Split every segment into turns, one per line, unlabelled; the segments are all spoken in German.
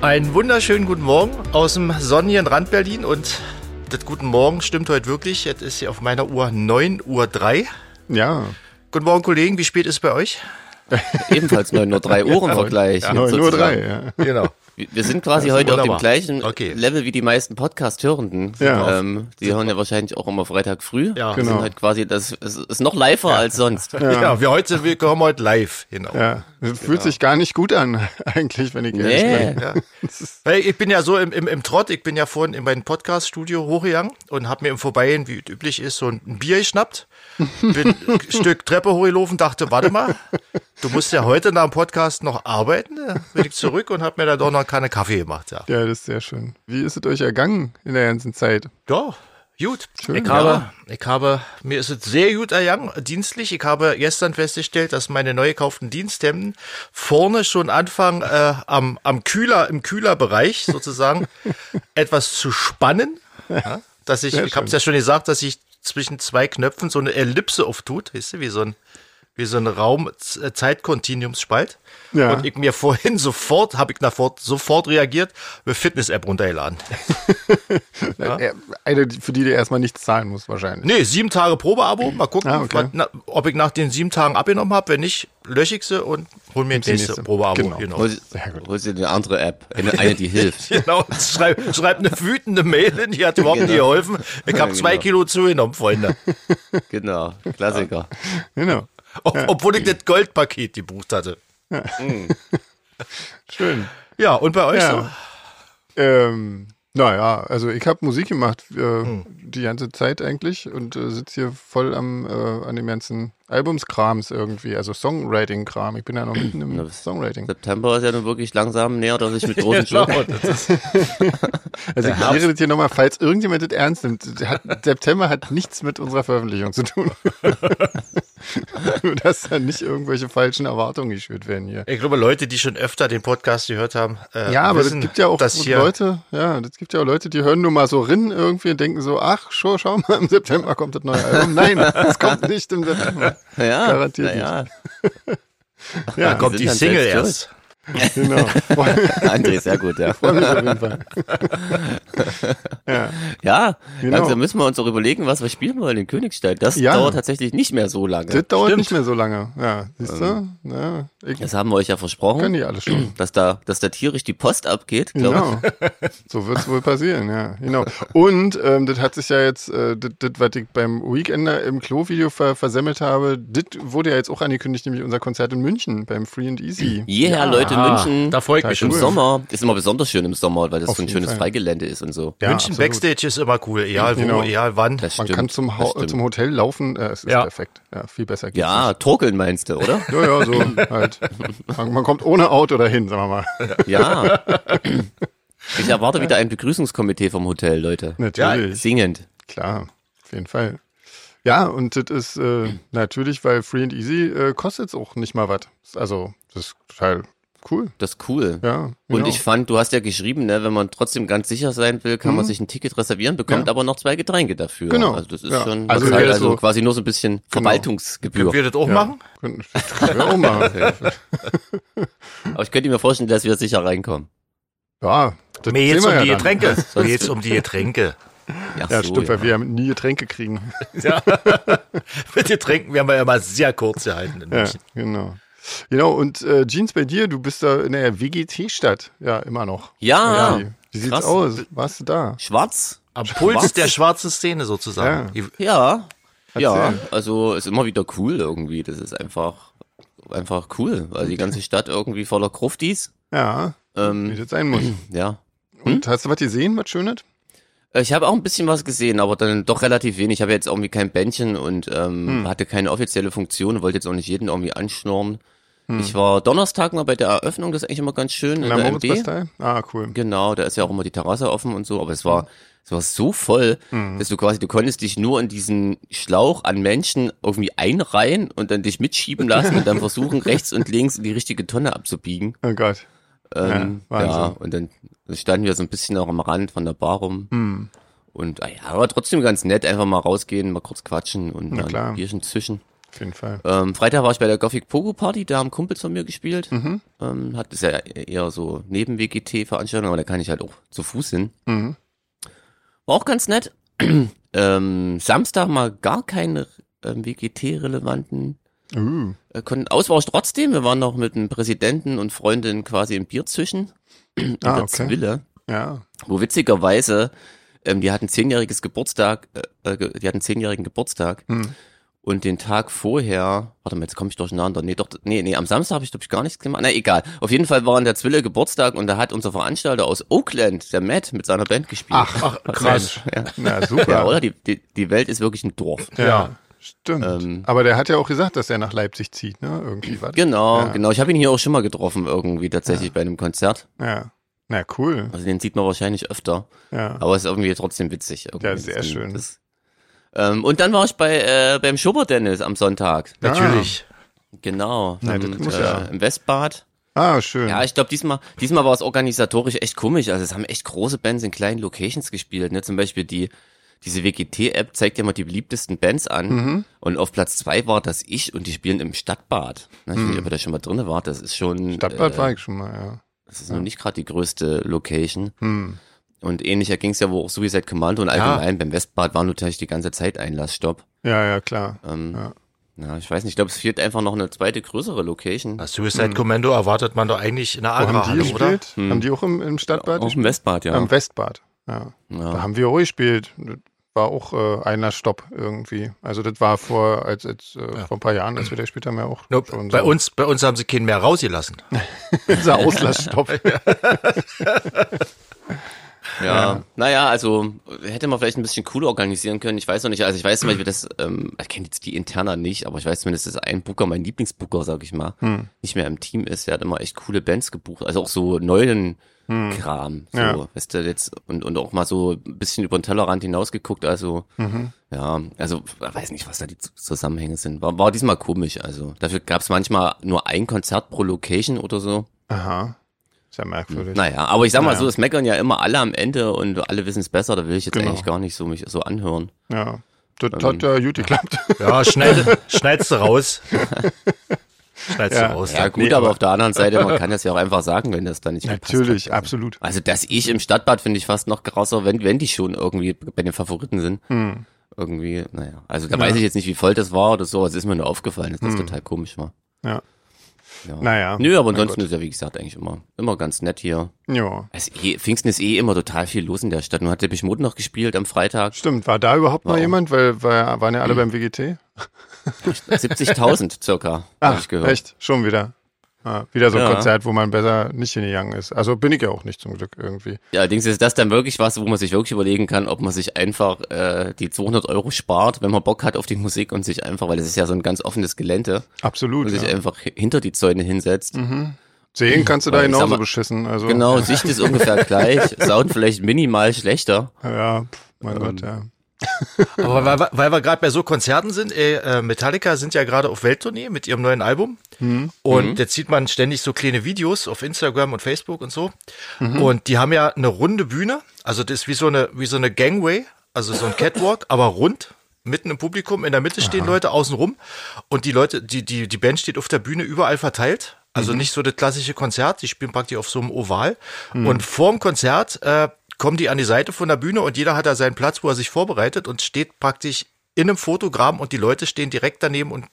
Einen wunderschönen guten Morgen aus dem sonnigen Rand Berlin und das Guten Morgen stimmt heute wirklich. Jetzt ist hier auf meiner Uhr 9.03 Uhr.
Ja,
Guten Morgen, Kollegen. Wie spät ist es bei euch?
Ebenfalls 9.03 Uhr Uhrenvergleich.
ja 9.03 Uhr. Ja.
Genau.
Wir wir sind quasi
Das ist
heute auf dem
wunderbar.
gleichen
Okay.
Level wie die meisten Podcast-Hörenden.
Ja.
Ähm, die hören ja wahrscheinlich auch immer Freitag früh.
Ja.
Wir
Genau.
Sind halt quasi, das es ist noch liver als sonst.
Ja, wir heute sind, wir kommen heute live. Genau.
ja. Das fühlt sich gar nicht gut an, eigentlich, wenn ich ehrlich
Nee.
bin.
Ja. Weil ich bin ja so im, im, im Trott, ich bin ja vorhin in mein Podcast-Studio hochgegangen und habe mir im Vorbeigehen, wie üblich ist, so ein Bier geschnappt. Bin ein Stück Treppe hochgelaufen, dachte, warte mal, du musst ja heute nach dem Podcast noch arbeiten. Da Bin ich zurück und habe mir da doch noch keine Kaffee gemacht. Ja,
Ja, das ist sehr schön. Wie ist es euch ergangen in der ganzen Zeit?
ja gut.
Schön.
Ich habe, ich habe, mir ist es sehr gut ergangen, dienstlich. Ich habe gestern festgestellt, dass meine neu gekauften Diensthemden vorne schon anfangen, äh, am, am Kühler, im Kühlerbereich sozusagen etwas zu spannen. Ja, dass ich, ich habe es ja schon gesagt, dass ich zwischen zwei Knöpfen so eine Ellipse auftut, weißt du, wie so ein, wie so ein Raum-Zeitkontinuumsspalt.
Ja.
Und ich mir vorhin sofort, habe ich nach fort, sofort reagiert, eine Fitness-App runtergeladen.
Äh, Eine, für die du erstmal nichts zahlen musst, wahrscheinlich.
Nee, sieben Tage Probeabo. Mal gucken,
Ah, okay.
was- na, ob ich nach den sieben Tagen abgenommen habe. Wenn nicht, lösche ich sie und hol mir
die
die nächste
nächste.
Probeabo.
Genau.
Genau.
Holst,
Sehr gut.
holst dir eine andere App, eine, eine die hilft.
Genau, schreib, schreib eine wütende Mail hin, die hat überhaupt nicht
Genau.
geholfen. Ich habe
Ja,
zwei
genau.
Kilo zugenommen, Freunde.
Genau, Klassiker.
Genau.
Ob, Obwohl ich das Goldpaket gebucht hatte.
Schön.
Ja, und bei euch
Ja. Ähm, naja, also ich habe Musik gemacht äh, die ganze Zeit eigentlich und äh, sitze hier voll am, äh, an dem ganzen Albumskrams irgendwie, also Songwriting-Kram. Ich bin ja noch mitten im Songwriting.
September ist ja nun wirklich langsam näher, dass ich mit großen
so?
Schritten.
Also ich kläre das hier nochmal, falls irgendjemand das ernst nimmt, hat, September hat nichts mit unserer Veröffentlichung zu tun. Nur, dass da nicht irgendwelche falschen Erwartungen geschürt werden hier.
Ich glaube, Leute, die schon öfter den Podcast gehört haben, äh,
Ja, aber
wissen,
es gibt ja auch
dass hier
Leute, ja, das gibt ja auch Leute, die hören nur mal so rinnen irgendwie und denken so, ach, schau, schau mal, im September kommt das neue Album. Nein, es kommt nicht im September.
Ja,
Garantiert
naja,
da kommt
sind
die
dann
Single
selbst
erst.
Genau. Freue
André, sehr gut, ja.
mich auf jeden Fall.
Ja,
Genau.
langsam müssen wir uns auch überlegen, was wir spielen wollen in Königstein. Das
Ja.
dauert tatsächlich nicht mehr so lange.
Das dauert nicht mehr so lange. Ja, siehst du? Ja, ich
Das haben wir euch ja versprochen.
kann die alles schon.
dass da, dass da tierisch die Post abgeht, glaube ich.
Genau. So wird es wohl passieren, ja. Genau. Und ähm, das hat sich ja jetzt, äh, das, das, was ich beim Weekender im Klo-Video ver versemmelt habe, das wurde ja jetzt auch angekündigt, nämlich unser Konzert in München beim Free and Easy.
Jeher, Leute, in München.
da freue ich mich
Ja,
schon.
Im
cool.
Sommer. Ist immer besonders schön im Sommer, weil das
Auf
so ein
jeden
schönes
Fall.
Freigelände ist und so.
Ja,
München
absolut.
Backstage ist immer cool, egal wo,
Genau.
egal wann.
Das
Man
stimmt.
kann zum,
das
Hau-
stimmt.
zum Hotel laufen, äh, es ist
Ja.
perfekt. Ja, viel besser geht's
Ja, torkeln meinst du, oder?
nicht. Ja, ja, so halt. Man, man kommt ohne Auto dahin, sagen wir mal.
ja. Ich erwarte wieder ein Begrüßungskomitee vom Hotel, Leute.
Natürlich,
Singend.
klar, auf jeden Fall. Ja, und das ist äh, natürlich, weil Free and Easy äh, kostet auch nicht mal was. Also, das ist total cool.
Das ist cool.
Ja,
Und
genau.
ich fand, du hast ja geschrieben, ne, wenn man trotzdem ganz sicher sein will, kann man sich ein Ticket reservieren, bekommt aber noch zwei Getränke dafür.
Mhm. Genau.
Also das ist
Ja.
schon
Also
also, halt
wäre
also
so- Genau.
quasi nur so ein bisschen Verwaltungsgebühr.
Können wir das auch machen?
Könnten- Können wir auch machen.
Aber ich könnte mir vorstellen, dass wir sicher reinkommen.
Ja, das
Mir
sehen
geht's
wir
um die
ja dann.
Getränke. Mir geht's um die Getränke.
Ach
Ja,
so,
stimmt, weil wir ja nie Getränke kriegen.
Mit den Tränken werden wir ja mal sehr kurz gehalten in
Ja,
München.
genau. Genau, und äh, Jeans bei dir, du bist da in der WGT-Stadt. Ja, immer noch.
Ja,
Wie, wie sieht's
Ah, krass.
aus? Warst du da?
Schwarz?
Am Puls der schwarzen Szene sozusagen.
Ja. Ja,
Erzähl.
also ist immer wieder cool irgendwie. Das ist einfach, einfach cool, weil die ganze Stadt irgendwie voller Kruftis.
Ja, wie
Ähm, Hm?
das sein muss.
ja.
Und hast du was gesehen, was Schönes?
Äh, Ich habe auch ein bisschen was gesehen, aber dann doch relativ wenig. Ich habe jetzt irgendwie kein Bändchen und ähm,
Hm.
hatte keine offizielle Funktion, wollte jetzt auch nicht jeden irgendwie anschnorren. Ich war Donnerstag mal bei der Eröffnung, das ist eigentlich immer ganz schön.
Hm.
In
In der
der MD.
Moritzbastei? Ah, cool.
Genau, da ist ja auch immer die Terrasse offen und so, aber es war, es war so voll,
Mhm.
dass du quasi, du konntest dich nur in diesen Schlauch an Menschen irgendwie einreihen und dann dich mitschieben lassen und dann versuchen, rechts und links in die richtige Tonne abzubiegen.
Oh Gott.
Ähm,
Ja,
ja,
Wahnsinn.
und dann standen wir so ein bisschen auch am Rand von der Bar rum.
Mhm.
Und ah ja, aber trotzdem ganz nett, einfach mal rausgehen, mal kurz quatschen und mal
klar.
ein Bierchen zischen.
Auf jeden Fall.
Ähm, Freitag war ich bei der Gothic Pogo Party, da haben Kumpels von mir gespielt.
Mhm.
Ähm, hat das ist ja eher so neben WGT-Veranstaltungen, aber da kann ich halt auch zu Fuß hin.
Mhm.
War auch ganz nett. ähm, Samstag mal gar keine ähm, WGT-relevanten
Uh,
äh, konnten Auswahl trotzdem. Wir waren noch mit dem Präsidenten und Freundin quasi im Bier zwischen. In
Ah,
der
okay.
Zwille.
ja.
Wo witzigerweise, ähm, die hatten zehnjähriges Geburtstag, äh, äh, die hatten zehnjährigen Geburtstag
Hm.
und den Tag vorher, warte mal, jetzt komme ich durcheinander. Nee, doch, nee, nee, am Samstag habe ich, glaube ich, gar nichts gemacht. Na, egal. Auf jeden Fall war in der Zwille Geburtstag und da hat unser Veranstalter aus Oakland, der Matt, mit seiner Band gespielt.
Ach,
Ach, krass.
Ja,
Na
ja oder?
super.
Die, die, die Welt ist wirklich ein Dorf.
Ja.
Stimmt.
Ähm.
Aber der hat ja auch gesagt, dass er nach Leipzig zieht, ne? Irgendwie war das.
Genau,
Ja.
genau. Ich habe ihn hier auch schon mal getroffen, irgendwie tatsächlich bei einem Konzert.
Ja. Na cool.
Also den sieht man wahrscheinlich öfter.
Ja.
Aber es ist irgendwie trotzdem witzig. Irgendwie
Ja, sehr
Das-
schön.
das- ähm, und dann war ich bei äh, beim Schubert Dennis am Sonntag.
Natürlich.
Genau.
Na, das
am,
muss
äh,
ja.
Im Westbad.
Ah, schön.
Ja, ich glaube, diesmal, diesmal war es organisatorisch echt komisch. Also es haben echt große Bands in kleinen Locations gespielt. Ne? Zum Beispiel die, diese WGT-App zeigt ja immer die beliebtesten Bands an.
Mhm.
Und auf Platz zwei war das ich und die spielen im Stadtbad. Ne? Ich weiß nicht, ob ihr da schon mal drin wart. Das ist schon.
Mhm. Stadtbad
äh,
war ich schon mal, ja.
Das ist noch nicht gerade die größte Location.
Hm.
Und ähnlicher ging es ja wo auch Suicide Commando und allgemein beim Westbad war natürlich die ganze Zeit Einlassstopp.
Ja, ja, klar.
Ähm,
Ja.
Na, ich weiß nicht, ich glaube, es fehlt einfach noch eine zweite größere Location.
Na, Suicide Commando erwartet man doch eigentlich in der
Hm. Wo haben
Agra-Halle,
die
oder?
gespielt? Haben die auch im, im Stadtbad?
Hm. Auch im Westbad, ja.
Am Westbad. Ja. Da
ja.
haben wir auch gespielt. Das war auch äh, einer Stopp irgendwie. Also das war vor, als, als äh, vor ein paar Jahren, als wir da gespielt haben, ja auch
Nope.
schon
Bei
so.
uns, bei uns haben sie keinen mehr rausgelassen.
Unser Auslassstopp.
ja. Naja, also hätte man vielleicht ein bisschen cooler organisieren können. Ich weiß noch nicht, also ich weiß zum Beispiel, dass, ähm, ich kenne jetzt die Interna nicht, aber ich weiß zumindest, dass ein Booker, mein Lieblingsbooker, sag ich mal, nicht mehr im Team ist. Der hat immer echt coole Bands gebucht, also auch so neuen Kram. So,
Ja.
weißt du, jetzt, und, und auch mal so ein bisschen über den Tellerrand hinausgeguckt, also Ja, also weiß nicht, was da die Z- Zusammenhänge sind. War, war diesmal komisch. Also dafür gab's manchmal nur ein Konzert pro Location oder so.
Aha. Ist ja merkwürdig.
Naja, aber ich sag mal
Naja.
so, es meckern ja immer alle am Ende und alle wissen's besser. Da will ich jetzt
Genau.
eigentlich gar nicht so mich so anhören.
Ja. Das hat ja gut geklappt.
Ja, schneid, schneidst du raus. Schneidst
Ja.
du raus.
Ja gut, aber, auf der anderen Seite, man kann das ja auch einfach sagen, wenn das dann nicht gepasst
Natürlich,
hat.
absolut.
Also dass ich im Stadtbad finde ich fast noch krasser, wenn, wenn die schon irgendwie bei den Favoriten sind.
Hm.
Irgendwie, naja. Also da weiß ich jetzt nicht, wie voll das war oder so. Es ist mir nur aufgefallen, dass das total komisch war.
Ja.
Ja.
Hm. Naja.
Nö, aber
Na
ansonsten
gut.
ist ja, wie gesagt, eigentlich immer, immer ganz nett hier.
Ja.
Es ist eh, Pfingsten ist eh immer total viel los in der Stadt. Nun hat der Mode noch gespielt am Freitag.
Stimmt, war da überhaupt mal
Warum?
jemand? Weil, weil waren ja
Hm.
alle beim WGT?
70.000 circa, habe
Ach,
ich gehört.
echt? Schon wieder. Ah, wieder so ein
Ja.
Konzert, wo man besser nicht hingegangen ist. Also bin ich ja auch nicht zum Glück irgendwie.
Ja, allerdings ist das dann wirklich was, wo man sich wirklich überlegen kann, ob man sich einfach äh, die 200 Euro spart, wenn man Bock hat auf die Musik und sich einfach, weil das ist ja so ein ganz offenes Gelände,
Absolut.
und sich
Ja.
einfach hi- hinter die Zäune hinsetzt.
Mhm.
Sehen kannst du da
Weil ich sag
genauso
mal-
beschissen. Also,
Genau, Sicht ist ungefähr gleich, Sound vielleicht minimal schlechter.
Ja, pff, mein Gott, ja.
Aber weil, wir- weil wir gerade bei so Konzerten sind, äh, äh, Metallica sind ja gerade auf Welttournee mit ihrem neuen Album. Und jetzt sieht man ständig so kleine Videos auf Instagram und Facebook und so. Und die haben ja eine runde Bühne. Also das ist wie so eine, wie so eine Gangway, also so ein Catwalk, aber rund. Mitten im Publikum, in der Mitte stehen Leute außenrum und die Leute, die, die, die Band steht auf der Bühne überall verteilt. Also nicht so das klassische Konzert, die spielen praktisch auf so einem Oval. Und vorm Konzert äh, kommen die an die Seite von der Bühne und jeder hat da seinen Platz, wo er sich vorbereitet und steht praktisch in einem Fotogramm und die Leute stehen direkt daneben und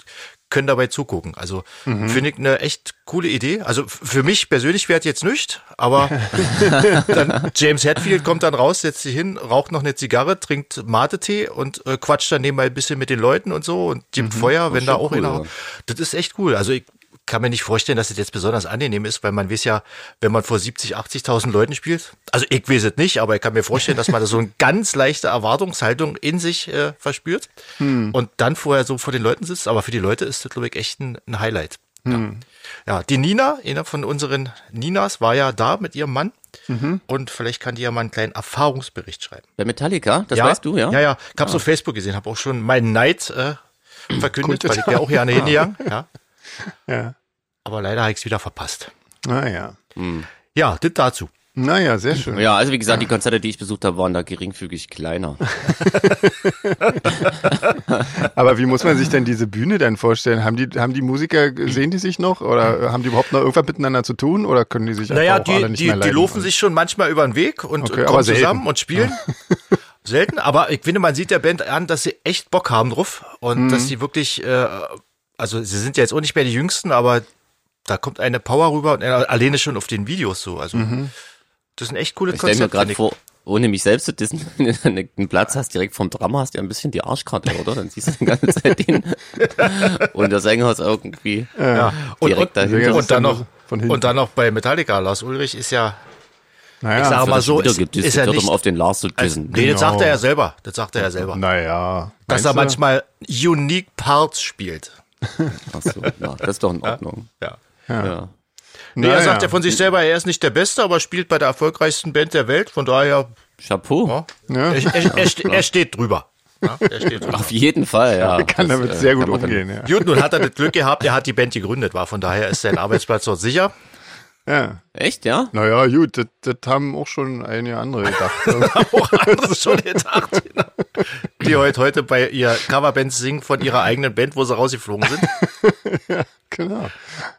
können dabei zugucken. Also finde ich eine echt coole Idee. Also f- für mich persönlich wäre es jetzt nicht, aber dann James Hetfield kommt dann raus, setzt sich hin, raucht noch eine Zigarre, trinkt Mate-Tee und äh, quatscht dann nebenbei ein bisschen mit den Leuten und so und gibt Feuer, wenn da
Mhm. schon
auch
cool,
einer.
ja.
Das ist echt cool. Also ich kann mir nicht vorstellen, dass es jetzt besonders angenehm ist, weil man weiß ja, wenn man vor 70, 80.000 Leuten spielt, also ich weiß es nicht, aber ich kann mir vorstellen, dass man da so eine ganz leichte Erwartungshaltung in sich äh, verspürt
Hm.
und dann vorher so vor den Leuten sitzt. Aber für die Leute ist das, glaube ich, echt ein, ein Highlight.
Hm.
Ja, die Nina, einer von unseren Ninas, war ja da mit ihrem Mann. Und vielleicht kann die ja mal einen kleinen Erfahrungsbericht schreiben.
Bei Metallica, das weißt du, ja?
Ja, ja. Ich hab's
Ah.
auf Facebook gesehen, habe auch schon meinen Neid äh, verkündet, weil ich ja auch gerne
Ah.
hingegangen. Ja.
Ja.
Aber leider habe ich's wieder verpasst.
Naja.
Ja, das dazu.
Naja, sehr schön.
Ja, also wie gesagt, die Konzerte, die ich besucht habe, waren da geringfügig kleiner.
Aber wie muss man sich denn diese Bühne dann vorstellen? Haben die, haben die Musiker, sehen die sich noch oder haben die überhaupt noch irgendwas miteinander zu tun oder können die sich
Naja,
einfach auch alle
die,
nicht
die,
mehr
die
leiden? also.
laufen sich schon manchmal über den Weg und
Okay, aber
kommen
selten.
zusammen und spielen. Selten, aber ich finde, man sieht der Band an, dass sie echt Bock haben drauf
Mhm.
und dass sie wirklich, äh, also sie sind ja jetzt auch nicht mehr die Jüngsten, aber da kommt eine Power rüber und eine, alleine schon auf den Videos so. Also
Mhm.
das sind echt coole
Ich stelle mir
Konzerte.
gerade
finde
vor, ohne mich selbst zu dissen, wenn du dann einen Platz hast, direkt vom Drama hast du ja ein bisschen die Arschkarte, oder? Dann siehst du die ganze Zeit den und der Sänger ist irgendwie
ich. Ja. Und,
direkt
und,
dahinter.
und dann noch
Von hinten.
und dann noch bei Metallica. Lars Ulrich ist ja, ich
Naja,
sag mal so, ist,
ist,
ist ja
wird
nicht.
um auf den Lars zu
Also,
dissen.
nee, das sagt er ja selber. Das sagt er ja selber.
naja.
dass
Meinst
er
Genau. du?
manchmal unique Parts spielt.
Ach so, na, das ist doch in Ordnung.
Ja.
Ja.
Nee,
Naja.
er sagt ja von sich selber, er ist nicht der Beste, aber spielt bei der erfolgreichsten Band der Welt. Von daher,
Chapeau.
ja,
Ja.
Er, er, er, ste- er steht drüber. Ja, er steht drüber.
Auf jeden Fall, ja.
kann
Das,
damit
äh,
sehr gut
kann man dann-
umgehen, ja.
Gut, nun hat er das Glück gehabt, er hat die Band gegründet, war von daher ist sein Arbeitsplatz dort sicher.
ja.
Echt, ja?
Naja, gut, das, das haben auch schon einige andere gedacht.
Auch andere schon gedacht, genau. die heute, heute bei ihr Coverbands singen von ihrer eigenen Band, wo sie rausgeflogen sind.
genau.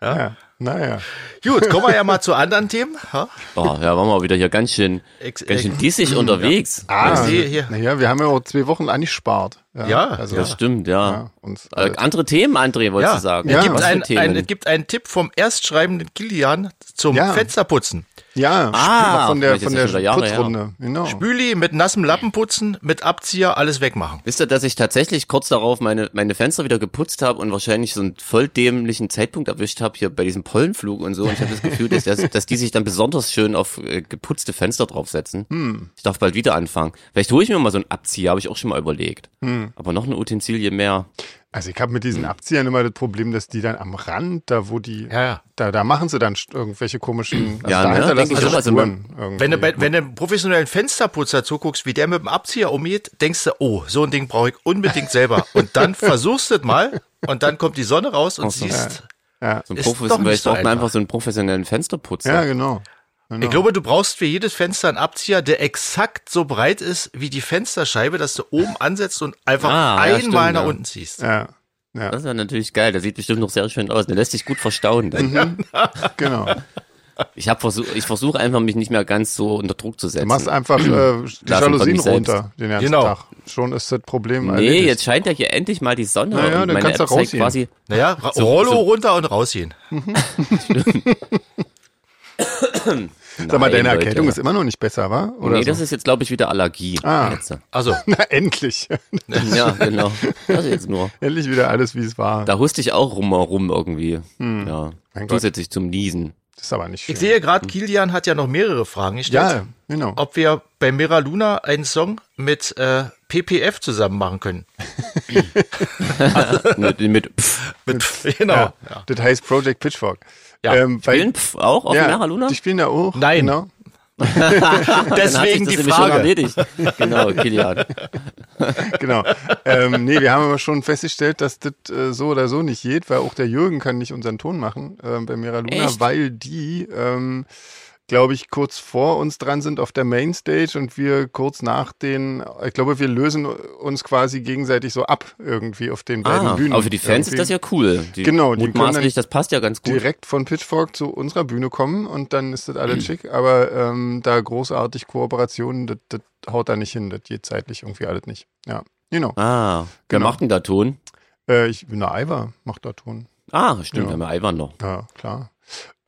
Ja. Naja.
Gut, kommen wir ja mal zu anderen Themen. Ja?
Oh, ja, waren wir wieder hier ganz schön,
Ex-
ganz schön dissig unterwegs.
ich sehe hier.
Naja, wir haben ja auch zwei Wochen angespart.
Ja,
also,
Das stimmt, ja.
uns
Äh, andere Themen, André, wolltest
Ja,
du sagen?
Ja.
Es, gibt
Was für
ein,
Themen?
ein, es gibt einen Tipp vom erstschreibenden Kilian zum
Ja.
Fensterputzen.
Ja,
Ah,
von der,
vielleicht
von
ist
der
das schon wieder Jahre her.
Putzrunde. Genau.
Spüli mit nassem Lappen putzen, mit Abzieher alles wegmachen.
Wisst ihr, dass ich tatsächlich kurz darauf meine, meine Fenster wieder geputzt habe und wahrscheinlich so einen voll dämlichen Zeitpunkt erwischt habe hier bei diesem Pollenflug und so. Und ich habe das Gefühl, dass, dass, dass die sich dann besonders schön auf äh, geputzte Fenster draufsetzen.
Hm.
Ich darf bald wieder anfangen. Vielleicht hole ich mir mal so einen Abzieher, habe ich auch schon mal überlegt.
Hm.
Aber noch eine Utensilie mehr.
Also ich habe mit
Hm.
diesen Abziehern immer das Problem, dass die dann am Rand, da wo die,
Ja, ja.
Da, da machen sie dann st- irgendwelche komischen, also
Ja,
da
ne?
hinterlassen
Denk ich
sie
auch, also
Spuren irgendwie.
Wenn du, bei, wenn du einem professionellen Fensterputzer zuguckst, wie der mit dem Abzieher umgeht, denkst du, oh, so ein Ding brauche ich unbedingt selber. Und dann versuchst du es mal und dann kommt die Sonne raus und siehst,
So ein
Ist doch
Professionell,
nicht
ich
so
brauche mir
einfach.
einfach so einen professionellen Fensterputzer.
ja, genau.
ich glaube, du brauchst für jedes Fenster einen Abzieher, der exakt so breit ist wie die Fensterscheibe, dass du oben ansetzt und einfach
Ah, ja,
einmal
stimmt,
nach
ja.
unten ziehst.
Ja,
Das ist ja natürlich geil. Der sieht bestimmt noch sehr schön aus. Der lässt sich gut verstauen. Dann.
Mhm.
genau.
Ich habe versucht, ich versuche einfach mich nicht mehr ganz so unter Druck zu
Du machst
setzen.
einfach äh, die
Lassen von
Jalousien
sich selbst.
runter den ganzen
Genau.
Tag. Schon ist das Problem
Nee,
erledigt.
jetzt scheint ja hier endlich mal die Sonne.
Na ja,
und
dann
meine
kannst du
App zeigt
rausgehen.
quasi
Naja, Ra
So-
Rollo
so-
runter und rausgehen.
Sag mal,
Nein,
deine
Leute.
Erkältung ist immer noch nicht besser, wa? Oder
nee, das
so?
ist jetzt, glaube ich, wieder Allergie.
Ah.
Jetzt.
Also,
Na, endlich.
Ja, genau. Das ist jetzt nur.
endlich wieder alles, wie es war.
Da huste ich auch rum, rum irgendwie. Ja.
Hm. Mein Gott.
Zusätzlich zum Niesen.
Das ist aber nicht schön.
ich sehe gerade, Kilian hat ja noch mehrere Fragen gestellt.
ja, genau.
ob wir bei Mira Luna einen Song mit äh, PPF zusammen machen können.
mit, mit Pff.
Mit, genau.
ja. Das heißt Project Pitchfork.
Ja.
Ähm, bei-
Spielen Pff auch auf
ja,
Mera Luna?
Die spielen da auch.
Nein.
Genau.
Deswegen
Dann hat sich das
die
nämlich Schon
Frage.
erledigt. Genau, Kilian.
genau. Ähm, nee, wir haben aber schon festgestellt, dass das äh, so oder so nicht geht, weil auch der Jürgen kann nicht unseren Ton machen ähm, bei Mera Luna,
Echt?
weil die, ähm, glaube ich, kurz vor uns dran sind auf der Mainstage und wir kurz nach den, ich glaube, wir lösen uns quasi gegenseitig so ab irgendwie auf den beiden
Ah,
Bühnen.
aber für die Fans
irgendwie.
ist das ja cool. Die
Genau, die können
Mutmaßlich, das passt ja ganz gut.
direkt von Pitchfork zu unserer Bühne kommen und dann ist das
Mhm.
alles schick, aber ähm, da großartig Kooperationen, das, das haut da nicht hin, das geht zeitlich irgendwie alles nicht. Ja, genau.
Ah, wer
Genau.
macht denn da Ton?
Äh, ich bin der Iver, macht da Ton.
Ah, stimmt,
Ja.
ja. haben wir Ivan noch.
Ja, klar.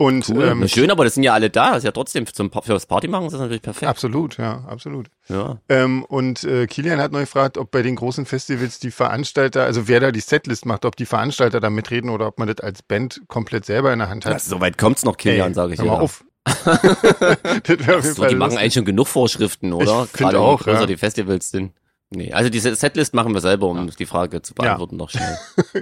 Und
Cool.
ähm,
Na schön, aber das sind ja alle da. Das ist ja trotzdem zum, Pa- fürs Party machen ist das natürlich perfekt.
absolut, ja, absolut.
Ja.
Ähm, und äh, Kilian hat noch gefragt, ob bei den großen Festivals die Veranstalter, also wer da die Setlist macht, ob die Veranstalter da mitreden oder ob man das als Band komplett selber in der Hand hat.
Das, so weit kommt's noch, Kilian,
Ey,
sage ich
hör mal
ja.
auf. das wäre auf jeden
So, die
Fall
machen
lustig.
eigentlich schon genug Vorschriften, oder?
Ich find
je
auch,
größer
ja.
die Festivals sind. Nee, also diese Setlist machen wir selber, um die Frage zu beantworten noch schnell.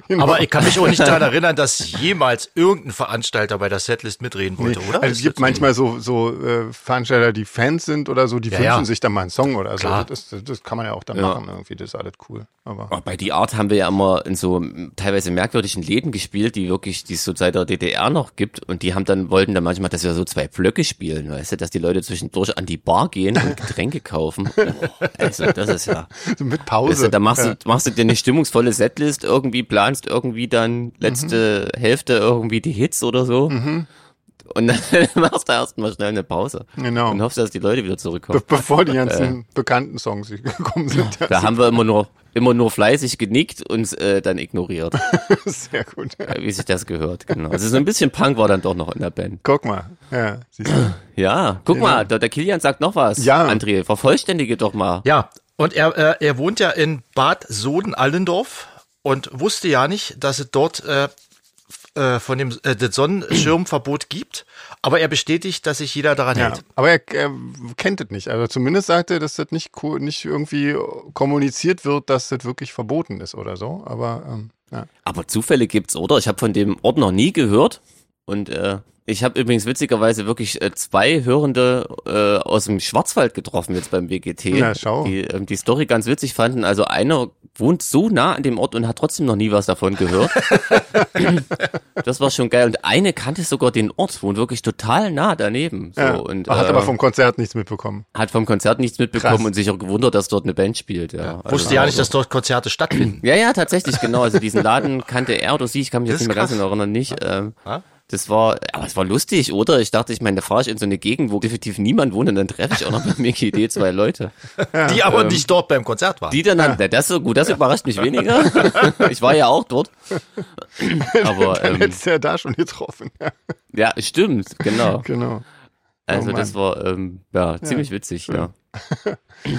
Genau.
Aber ich kann mich auch nicht daran erinnern, dass jemals irgendein Veranstalter bei der Setlist mitreden wollte, oder?
Also es gibt manchmal so, so äh, Veranstalter, die Fans sind oder so, die
Ja,
wünschen
ja.
sich dann mal einen Song oder so.
Klar.
Das, das kann man ja auch dann machen irgendwie, das ist alles cool. Aber
Oh, bei Die Art haben wir ja immer in so m, teilweise merkwürdigen Läden gespielt, die wirklich, die es so seit der DDR noch gibt und die haben dann, wollten dann manchmal, dass wir so zwei Blöcke spielen, weißt du, dass die Leute zwischendurch an die Bar gehen und Getränke kaufen. Oh, also das ist ja,
so mit
weißt
Pause.
du, da machst du, machst du dir eine stimmungsvolle Setlist irgendwie, planst irgendwie dann letzte
Mhm.
Hälfte irgendwie die Hits oder so und dann machst du erstmal schnell eine Pause
Genau.
und hoffst, dass die Leute
Be
wieder zurückkommen.
bevor die ganzen bekannten Songs gekommen sind. Ja,
Da haben wir immer nur, immer nur fleißig genickt und äh, dann ignoriert.
sehr gut.
Ja, wie sich das gehört, genau. Also so ein bisschen Punk war dann doch noch in der Band.
Guck mal. Ja, siehst du.
Ja, guck mal, der, der Kilian sagt noch was.
Genau. Ja.
André, vervollständige doch mal.
Ja, und er, äh, er wohnt ja in Bad Soden-Allendorf und wusste ja nicht, dass es dort äh, äh, von dem äh, das Sonnenschirmverbot gibt. Aber er bestätigt, dass sich jeder daran
Ja,
hält.
aber er, er kennt es nicht. Also zumindest sagt er, dass das nicht, ko- nicht irgendwie kommuniziert wird, dass das wirklich verboten ist oder so. Aber ähm, ja.
Aber Zufälle gibt's, oder? Ich habe von dem Ort noch nie gehört. Und äh, ich habe übrigens witzigerweise wirklich äh, zwei Hörende äh, aus dem Schwarzwald getroffen jetzt beim WGT,
Na, schau.
die ähm, die Story ganz witzig fanden. Also einer wohnt so nah an dem Ort und hat trotzdem noch nie was davon gehört. das war schon geil. Und eine kannte sogar den Ort, wohnt wirklich total nah daneben. So,
ja.
und,
hat
äh,
aber vom Konzert nichts mitbekommen.
hat vom Konzert nichts mitbekommen
Krass.
und sich auch gewundert, dass dort eine Band spielt. Ja, Also,
Wusste ja nicht, dass dort Konzerte stattfinden.
ja, ja, tatsächlich, genau. Also diesen Laden kannte er oder sie, ich kann mich jetzt
Das
nicht mehr
ist ah.
ganz genau erinnern, nicht. Ähm, das war, aber es war lustig, oder? Ich dachte, ich meine, da fahre ich in so eine Gegend, wo definitiv niemand wohnt und dann treffe ich auch noch mit Mickey D zwei Leute.
die aber nicht dort beim Konzert waren.
Die dann, dann na, das ist so gut, das überrascht mich weniger. ich war ja auch dort. Aber
Dann
ähm,
hättest du ja da schon getroffen. Ja,
ja, stimmt, genau.
genau.
Also
Oh
das war ähm, ja ziemlich witzig, ja.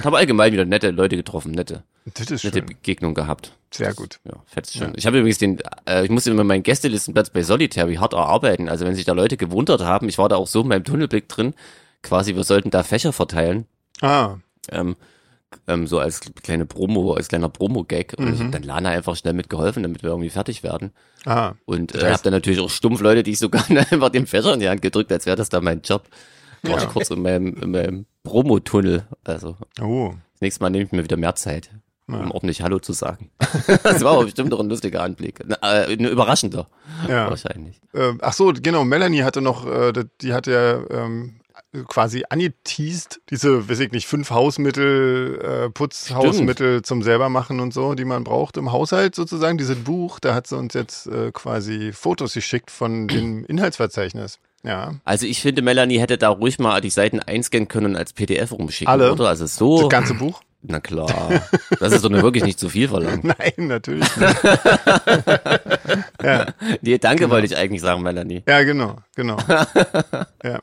Habe allgemein wieder nette Leute getroffen, nette,
Das ist
nette
schön.
Begegnung gehabt.
Sehr gut.
Ja, fetzt schon. Ich habe übrigens den, äh, ich musste immer meinen Gästelistenplatz bei Solitary hart erarbeiten. Also wenn sich da Leute gewundert haben, ich war da auch so in meinem Tunnelblick drin, quasi wir sollten da Fächer verteilen,
Ah,
ähm, ähm, so als kleine Promo, als kleiner Promo-Gag. Und ich habe dann Lana einfach schnell mitgeholfen, damit wir irgendwie fertig werden.
ah.
Und äh, habe dann natürlich auch stumpf Leute, die ich sogar einfach den Fächer in die Hand gedrückt, als wäre das da mein Job. War ich kurz in meinem, in meinem Promotunnel. Also
Oh.
das nächste Mal nehme ich mir wieder mehr Zeit, um ordentlich Hallo zu sagen. das war aber bestimmt doch ein lustiger Anblick. Na, äh, ein überraschender.
Ja.
Wahrscheinlich.
Äh, ach so, genau. Melanie hatte noch, äh, das- die hatte ja ähm, quasi angeteased, diese, weiß ich nicht, fünf Hausmittel, äh, Putzhausmittel zum selbermachen und so, die man braucht im Haushalt sozusagen. Dieses Buch, da hat sie uns jetzt äh, quasi Fotos geschickt von dem Inhaltsverzeichnis. Ja.
Also ich finde, Melanie hätte da ruhig mal die Seiten einscannen können und als PDF rumschicken,
Alle?
oder? Also so.
Das ganze Buch?
na klar. Das ist doch nur wirklich nicht zu viel verlangt.
Nein, natürlich nicht.
Nee, danke
Genau.
wollte ich eigentlich sagen, Melanie.
Ja, genau, genau. ja.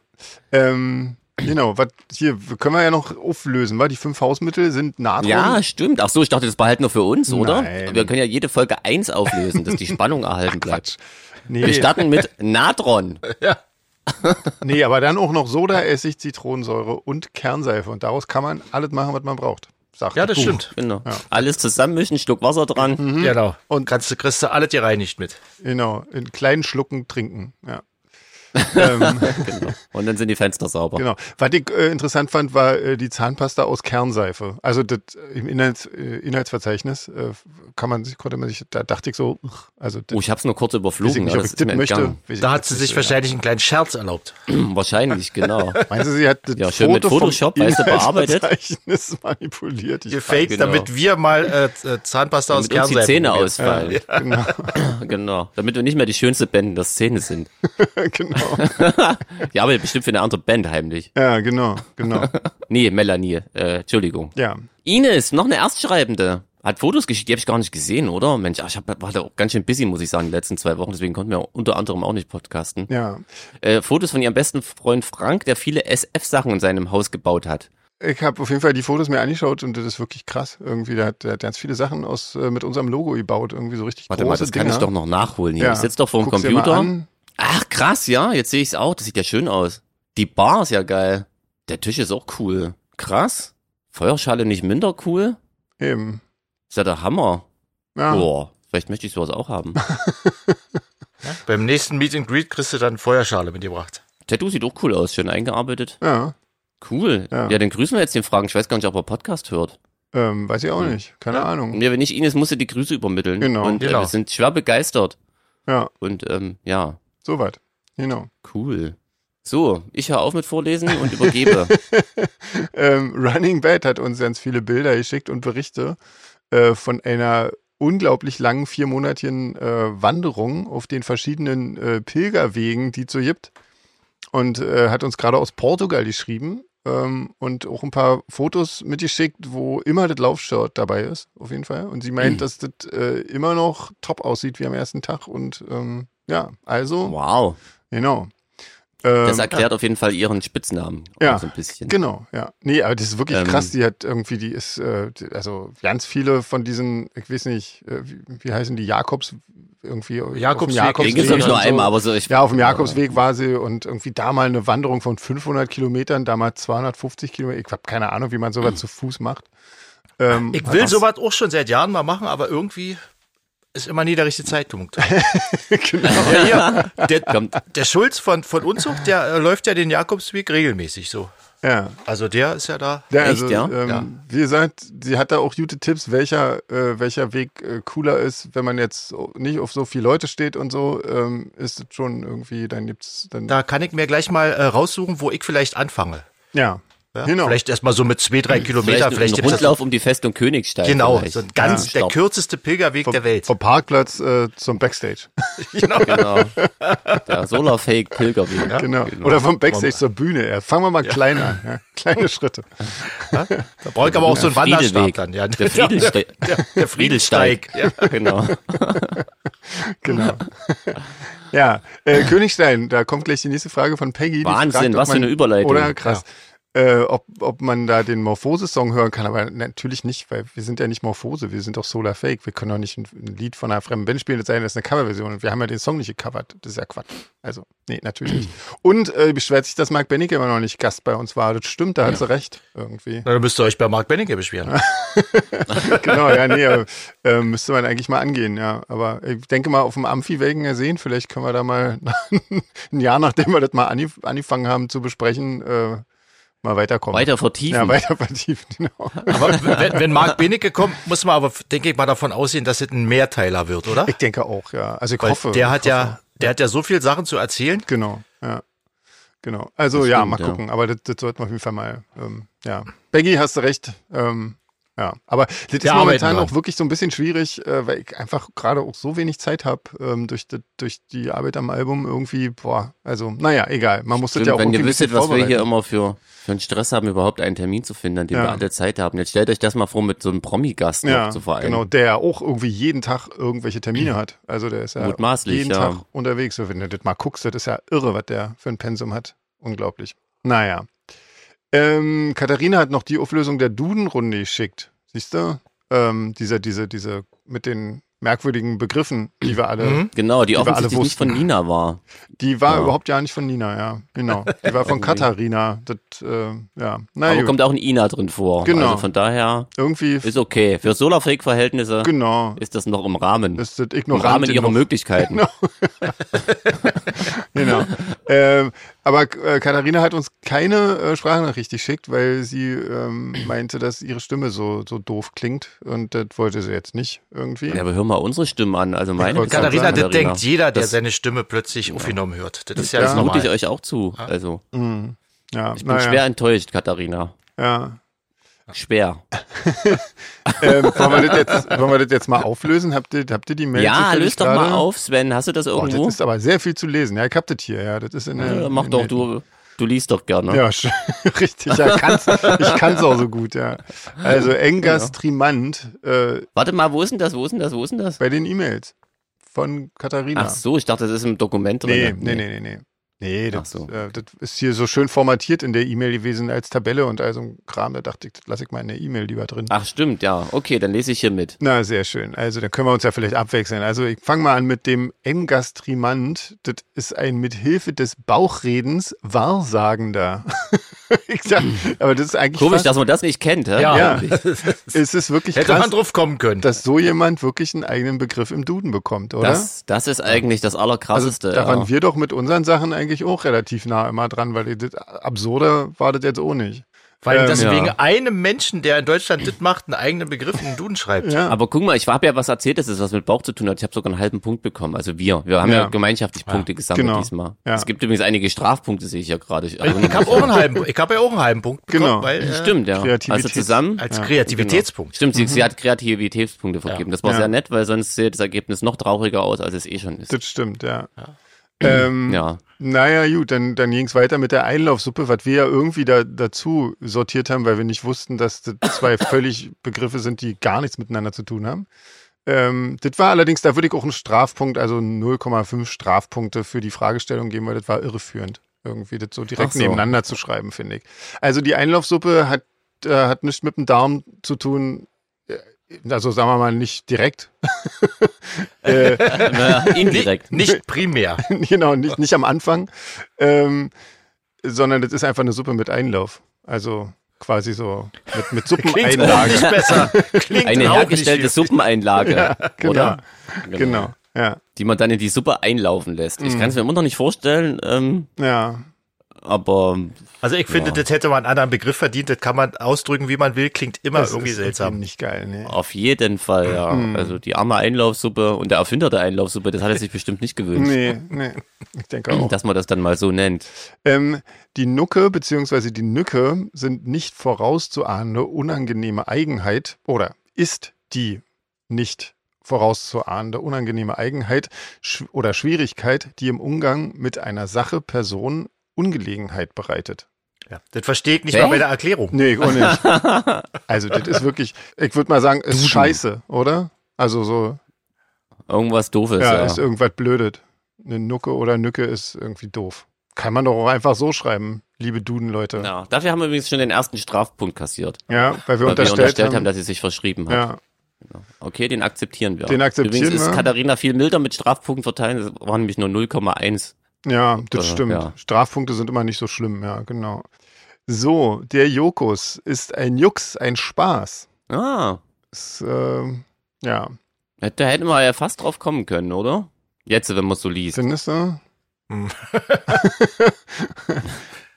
Ähm, genau, was hier können wir ja noch auflösen, weil die fünf Hausmittel sind Natron.
Ja, stimmt. Ach so, ich dachte, das behalten wir für uns, oder?
Nein.
Wir können ja jede Folge eins auflösen, dass die Spannung erhalten bleibt.
nee,
Wir starten mit Natron.
nee, aber dann auch noch Soda, Essig, Zitronensäure und Kernseife. Und daraus kann man alles machen, was man braucht. Sagt
Ja, das
Buch.
stimmt.
Genau. Alles zusammenmischen, Schluck Wasser dran.
Mhm.
Genau.
Und-
Und kannst du kriegst du alle die reinigt mit.
Genau, in kleinen Schlucken trinken. Ja.
Genau. Und dann sind die Fenster sauber.
Genau. Was ich äh, interessant fand, war äh, die Zahnpasta aus Kernseife. Also das, äh, im Inhalts, äh, Inhaltsverzeichnis äh, kann man sich, konnte man sich, da dachte ich so, ugh, also das,
Oh, ich habe es nur kurz
weiß ich
überflogen.
nicht,
ja,
ob
das
ich
ist mir
tippen möchte.
entgangen.
Weiß ich
Da hat
jetzt
sie
nicht
sich
so, ja.
wahrscheinlich einen kleinen Scherz erlaubt.
Wahrscheinlich, genau.
Meinst du, sie hat das
Ja, schön mit
Foto vom
Photoshop, weißt du, bearbeitet?
Inhaltsverzeichnis manipuliert. Ich
Gefaked,
genau.
damit wir mal äh, äh, Zahnpasta aus
Damit uns die
Kernseife
Zähne
probieren.
ausfallen. genau. Damit wir nicht mehr die schönste Band der Szene sind.
weiß- genau.
Ja, aber bestimmt für eine andere Band heimlich.
Ja, genau, genau.
Nee, Melanie. Äh, Entschuldigung.
Ja.
Ines, noch eine Erstschreibende. Hat Fotos geschickt, die habe ich gar nicht gesehen, oder? Mensch, ach, ich hab, war da auch ganz schön busy, muss ich sagen, die letzten zwei Wochen. Deswegen konnten wir unter anderem auch nicht podcasten.
Ja,
Äh, Fotos von ihrem besten Freund Frank, der viele SF-Sachen in seinem Haus gebaut hat.
ich habe auf jeden Fall die Fotos mir angeschaut und das ist wirklich krass. Irgendwie, da hat der hat ganz viele Sachen aus, äh, mit unserem Logo gebaut, irgendwie so richtig
Warte mal,
große
das kann
Dinger.
ich doch noch nachholen hier.
Ja.
Ich sitze doch vor dem
Guck's dir mal
Computer.
an.
Ach, krass, ja, jetzt sehe ich es auch. Das sieht ja schön aus. Die Bar ist ja geil. Der Tisch ist auch cool. Krass. Feuerschale nicht minder cool.
Eben.
Ist ja der Hammer.
Ja.
Boah, vielleicht möchte ich sowas auch haben.
Beim nächsten Meet and Greet kriegst du dann Feuerschale mitgebracht.
Tattoo sieht auch cool aus, schön eingearbeitet.
ja.
Cool.
Ja.
Ja. dann grüßen wir jetzt den Fragen. Ich weiß gar nicht, ob er Podcast hört.
Ähm, weiß ich auch nicht. Keine Ahnung.
Hm. Ja, wenn nicht Ines, musst du die Grüße übermitteln.
Hm. Genau.
Und
Genau.
Äh, wir sind schwer begeistert.
Ja,
Und ähm, ja,
soweit. Genau.
cool. So, ich höre auf mit Vorlesen und übergebe.
Ähm, Running Bad hat uns ganz viele Bilder geschickt und Berichte äh, von einer unglaublich langen viermonatigen äh, Wanderung auf den verschiedenen äh, Pilgerwegen, die es so gibt. Und äh, hat uns gerade aus Portugal geschrieben ähm, und auch ein paar Fotos mitgeschickt, wo immer das Laufshirt dabei ist, auf jeden Fall. Und sie
Mhm.
meint, dass das äh, immer noch top aussieht wie am ersten Tag. Und ähm, ja, also,
wow.
genau.
Das
Ähm,
erklärt auf jeden Fall ihren Spitznamen. auch
Ja.
So ein bisschen.
Genau, ja. Nee, aber das ist wirklich
Ähm.
krass. Die hat irgendwie, die ist, äh, die- also ganz viele von diesen, ich weiß nicht, äh, wie, wie heißen die, Jakobs, irgendwie. auf dem
Jakobsweg.
Den gibt es,
Deswegen
glaube ich, nur
und so.
einmal, aber so ich.
Ja, auf dem Jakobsweg war sie und irgendwie da mal eine Wanderung von 500 Kilometern, da mal 250 Kilometer. Ich habe keine Ahnung, wie man sowas zu Fuß macht. Ähm,
Ich will sowas auch schon seit Jahren mal machen, aber irgendwie ist immer nie der richtige Zeitpunkt.
genau.
Ja, hier, der,
Kommt,
der Schulz von, von Unzucht, der äh, läuft ja den Jakobsweg regelmäßig so.
Ja.
Also der ist ja da.
Ja,
Echt,
also,
ja?
Ähm,
Ja.
Wie gesagt, sie hat da auch gute Tipps, welcher, äh, welcher Weg äh, cooler ist, wenn man jetzt nicht auf so viele Leute steht und so, ähm, ist es schon irgendwie, dann gibt's dann.
Da kann ich mir gleich mal äh, raussuchen, wo ich vielleicht anfange.
ja.
Ja?
Genau.
Vielleicht erstmal so mit zwei, drei Kilometer. Vielleicht,
vielleicht ein
gibt's das,
Rundlauf um die Festung Königstein.
genau,
vielleicht.
so ein ganz, der
Stopp.
kürzeste Pilgerweg der Welt.
Vom Parkplatz äh, zum Backstage.
Genau.
Genau. Der Solarfake Pilgerweg.
genau. Oder vom Backstage zur Bühne erst. Fangen wir mal klein an. Ja. Kleine Schritte.
Da brauche ich aber auch so einen
Friedelweg.
Wanderstab dann. Ja.
Der Friedelsteig.
Der, der Friedelsteig. Ja.
Genau.
Genau. ja, äh, Königstein, da kommt gleich die nächste Frage von Peggy. die
Wahnsinn,
ob
was für eine Überleitung.
Oder krass. Äh, ob, ob man da den Morphose-Song hören kann, aber natürlich nicht, weil wir sind ja nicht Morphose, wir sind doch Solar Fake. Wir können doch nicht ein, ein Lied von einer fremden Band spielen, das sei denn, das ist eine Coverversion und wir haben ja den Song nicht gecovert. Das ist ja Quatsch. Also, nee, natürlich nicht. Und äh, beschwert sich, dass Mark Bennicke immer noch nicht Gast bei uns war. Das stimmt, da hat sie recht irgendwie.
Na, dann müsst ihr euch bei Mark Benninger beschweren.
genau, ja, nee, aber, äh, müsste man eigentlich mal angehen, ja. Aber ich denke mal, auf dem Amphi werden wir sehen, vielleicht können wir da mal ein Jahr, nachdem wir das mal angef- angefangen haben zu besprechen, äh, mal weiterkommen.
Weiter vertiefen.
Ja, weiter vertiefen, genau.
Aber wenn, wenn Mark Benecke kommt, muss man aber, denke ich mal, davon ausgehen, dass es ein Mehrteiler wird, oder?
Ich denke auch, ja. Also ich
Weil
hoffe.
der hat
ich hoffe.
ja, der hat ja so viel Sachen zu erzählen.
Genau, ja. Genau. Also
Das
ja,
stimmt,
mal
ja.
gucken. Aber das, das sollten wir auf jeden Fall mal. Ähm, ja. Becky, hast du recht. Ähm, ja, aber das ist
Wir arbeiten
momentan
dran.
auch wirklich so ein bisschen schwierig, äh, weil ich einfach gerade auch so wenig Zeit habe ähm, durch, das- durch die Arbeit am Album irgendwie, boah, also naja, egal. Man muss das
Stimmt,
ja auch
wenn
irgendwie
ihr
ein
wüsstet,
bisschen
was wir hier
vorbereiten.
immer für, für einen Stress haben, überhaupt einen Termin zu finden, an dem
Ja.
wir alle Zeit haben. Jetzt stellt euch das mal vor, mit so einem Promi-Gast noch
ja,
zu vereinen.
genau, der ja auch irgendwie jeden Tag irgendwelche Termine hat. Also der ist ja
Mutmaßlich,
jeden
ja.
Tag unterwegs. So, Wenn du das mal guckst, das ist ja irre, was der für ein Pensum hat. Unglaublich. Naja. Ähm, Katharina hat noch die Auflösung der Duden-Runde geschickt. Siehst du? Ähm, diese, diese, diese mit den merkwürdigen Begriffen, die wir alle,
Mhm.
Genau, die
wir alle
offensichtlich nicht
wussten.
von Nina war.
die war
Ja.
überhaupt ja nicht von Nina, ja, genau. Die war von
Irgendwie.
Katharina, das, äh, ja, na
Aber
gut,
kommt auch ein Ina drin vor.
Genau.
Also von daher
irgendwie,
ist okay. Für Solarfake-Verhältnisse
genau,
ist das noch im Rahmen.
ist das
Im Rahmen
ignorant
ihrer Möglichkeiten.
Genau. ähm, aber äh, Katharina hat uns keine äh, Sprachnachricht geschickt, weil sie ähm, meinte, dass ihre Stimme so, so doof klingt und das wollte sie jetzt nicht irgendwie.
Ja, aber hör mal unsere Stimmen an. Also meine.
wollte gerade
Katharina,
sagen,
das denkt jeder, der
das-
seine Stimme plötzlich aufgenommen hört. Das ist ja,
Ja.
das
Das mute ich
normal.
euch auch zu. Also,
Mhm. ja,
ich bin schwer enttäuscht, Katharina.
Ja.
Schwer.
Ähm, wollen, wir das jetzt, wollen wir das jetzt mal auflösen? Habt ihr, habt ihr die Mail
Ja,
zufällig
löst doch
gerade?
mal auf, Sven. Hast du das
Oh,
irgendwo?
das ist aber sehr viel zu lesen. Ja, ich hab das hier. Ja, das ist in der,
Ja,
in
mach
der-
doch, du, du liest doch gerne.
Ja, sch- richtig. Ja, kann's, ich kann es auch so gut, ja. Also
Genau.
Engas Trimant äh,
Warte mal, wo ist denn das? Wo ist denn das? Wo ist denn das?
bei den E-Mails von Katharina.
Ach so, ich dachte, das ist im Dokument
Nee,
drin.
nee, nee, nee, nee. Nee, das,
Ach so.
äh, das ist hier so schön formatiert in der E-Mail gewesen als Tabelle und all so ein Kram. Da dachte ich, das lasse ich mal in der E-Mail lieber drin.
Ach stimmt, ja. Okay, dann lese ich hier mit.
Na, sehr schön. Also, dann können wir uns ja vielleicht abwechseln. Also, ich fange mal an mit dem Engastrimant. Das ist ein mithilfe des Bauchredens Wahrsagender. ich sag, aber das ist eigentlich
Komisch,
fast,
dass man das nicht kennt, hä?
Ja.
ja, es ist wirklich
Hätte man
krass,
drauf kommen können.
dass so jemand wirklich einen eigenen Begriff im Duden bekommt, oder?
Das, das ist eigentlich das Allerkrasseste.
Also da waren
ja.
wir doch mit unseren Sachen eigentlich auch relativ nah immer dran, weil das absurde war das jetzt auch nicht.
Weil
Ähm,
das wegen
ja.
einem Menschen, der in Deutschland das macht, einen eigenen Begriff in den Duden schreibt.
Ja.
Aber guck mal, ich habe ja was erzählt, dass es was mit Bauch zu tun hat. Ich habe sogar einen halben Punkt bekommen. Also wir. Wir haben ja,
Ja.
gemeinschaftlich Punkte gesammelt
Genau.
diesmal.
Ja.
Es gibt übrigens einige Strafpunkte, sehe ich ja gerade. Ich
Ich
erinnere
habe auch einen halben, ich habe ja auch einen halben Punkt bekommen,
Genau.
weil
mich.
äh,
Stimmt, ja.
Kreativität. Mhm.
Also zusammen.
als
Genau.
Kreativitätspunkt.
Stimmt, sie, sie hat Kreativitätspunkte vergeben. Das war
Ja.
sehr nett, weil sonst sähe das Ergebnis noch trauriger aus, als es eh schon ist.
Das stimmt, ja. Ähm,
Ja.
Naja, gut, dann, dann ging es weiter mit der Einlaufsuppe, was wir ja irgendwie da, dazu sortiert haben, weil wir nicht wussten, dass das zwei völlig Begriffe sind, die gar nichts miteinander zu tun haben. Ähm, das war allerdings, da würde ich auch einen Strafpunkt, also 0,5 Strafpunkte für die Fragestellung geben, weil das war irreführend, irgendwie das so direkt
Ach so.
nebeneinander zu schreiben, finde ich. Also die Einlaufsuppe hat, äh, hat nichts mit dem Darm zu tun, äh, also sagen wir mal nicht direkt,
Naja, genau. indirekt.
Nicht primär.
genau, nicht, nicht am Anfang, ähm, sondern das ist einfach eine Suppe mit Einlauf. Also quasi so mit, mit
Klingt auch
Suppeneinlage.
nicht besser. Klingt auch
Eine
nicht
hergestellte
viel.
Suppeneinlage,
genau.
oder?
Genau, Mhm. ja.
Die man dann in die Suppe einlaufen lässt. Ich kann es mir immer noch nicht vorstellen, ähm,
Ja,
aber
Also ich finde,
Ja.
das hätte man einen anderen Begriff verdient. Das kann man ausdrücken, wie man will. Klingt immer
das
irgendwie
ist
seltsam. Oh.
Nicht geil, ne.
Auf jeden Fall, ja.
Mhm.
Also die arme Einlaufsuppe und der Erfinder der Einlaufsuppe, das hat er sich bestimmt nicht gewünscht,
Nee, nee. Ich denke auch.
dass man das dann mal so nennt.
Ähm, die Nucke bzw. die Nücke sind nicht vorauszuahnende unangenehme Eigenheit oder ist die nicht vorauszuahnende unangenehme Eigenheit sch oder Schwierigkeit, die im Umgang mit einer Sache, Person Ungelegenheit bereitet.
Ja. Das verstehe ich nicht
Hä?
mal bei der Erklärung.
Nee, ich auch nicht. Also das ist wirklich, ich würde mal sagen, ist scheiße, oder? Also so,
Irgendwas Doofes,
ja,
ja.
ist irgendwas blödet. Eine Nucke oder Nücke ist irgendwie doof. Kann man doch auch einfach so schreiben, liebe Duden-Leute.
ja. Dafür haben wir übrigens schon den ersten Strafpunkt kassiert,
Ja, weil wir
weil
unterstellt,
wir unterstellt haben,
haben,
dass sie sich verschrieben hat.
ja,
Okay, den akzeptieren wir.
Den akzeptieren
übrigens ist
wir.
Katharina viel milder mit Strafpunkten verteilen, das waren nämlich nur 0,1.
ja, das
Äh,
stimmt.
ja.
Strafpunkte sind immer nicht so schlimm, ja, genau. So, der Jokus ist ein Jux, ein Spaß.
Ah,
Ist, ähm, ja,
da hätten wir ja fast drauf kommen können, oder? Jetzt, wenn man so liest.
findest du?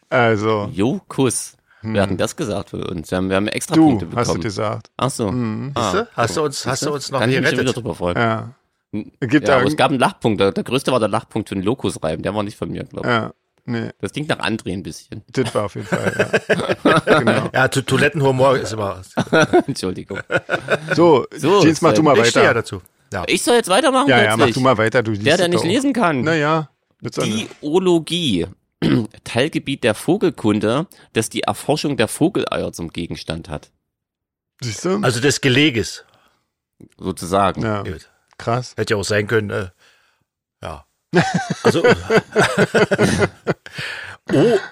also,
Jo, Kuss. Wir hatten das gesagt für uns. Wir haben, wir haben extra
Hm. du
Punkte bekommen.
hast du gesagt.
Ach so.
Mhm.
Ah,
Siehste? Hast
so.
du uns- hast du
Siehste?
uns noch
Kann ich mich schon
gerettet.
wieder drüber freuen.
Ja. Gibt
Hm, Ja,
da
aber es gab einen Lachpunkt. Der, der größte war der Lachpunkt für den Lokusreim. Der war nicht von mir, glaube ich.
ja, nee,
Das klingt nach André ein bisschen.
das war auf jeden Fall, ja. genau.
Ja, to Toilettenhumor ist immer.
Entschuldigung.
So,
So,
Jeans, mach du mal
Ich stehe ja
weiter.
dazu. Ja.
Ich soll jetzt weitermachen
Ja,
plötzlich.
ja, mach du mal weiter, du liest
Der, der
es
nicht
doch.
lesen kann.
Naja, das ist eine-
Die Ologie. Teilgebiet der Vogelkunde, das die Erforschung der Vogeleier zum Gegenstand hat.
siehst du?
Also des Geleges.
Sozusagen.
Ja,
Gut.
krass.
Hätte ja auch sein können. Äh, ja. Also.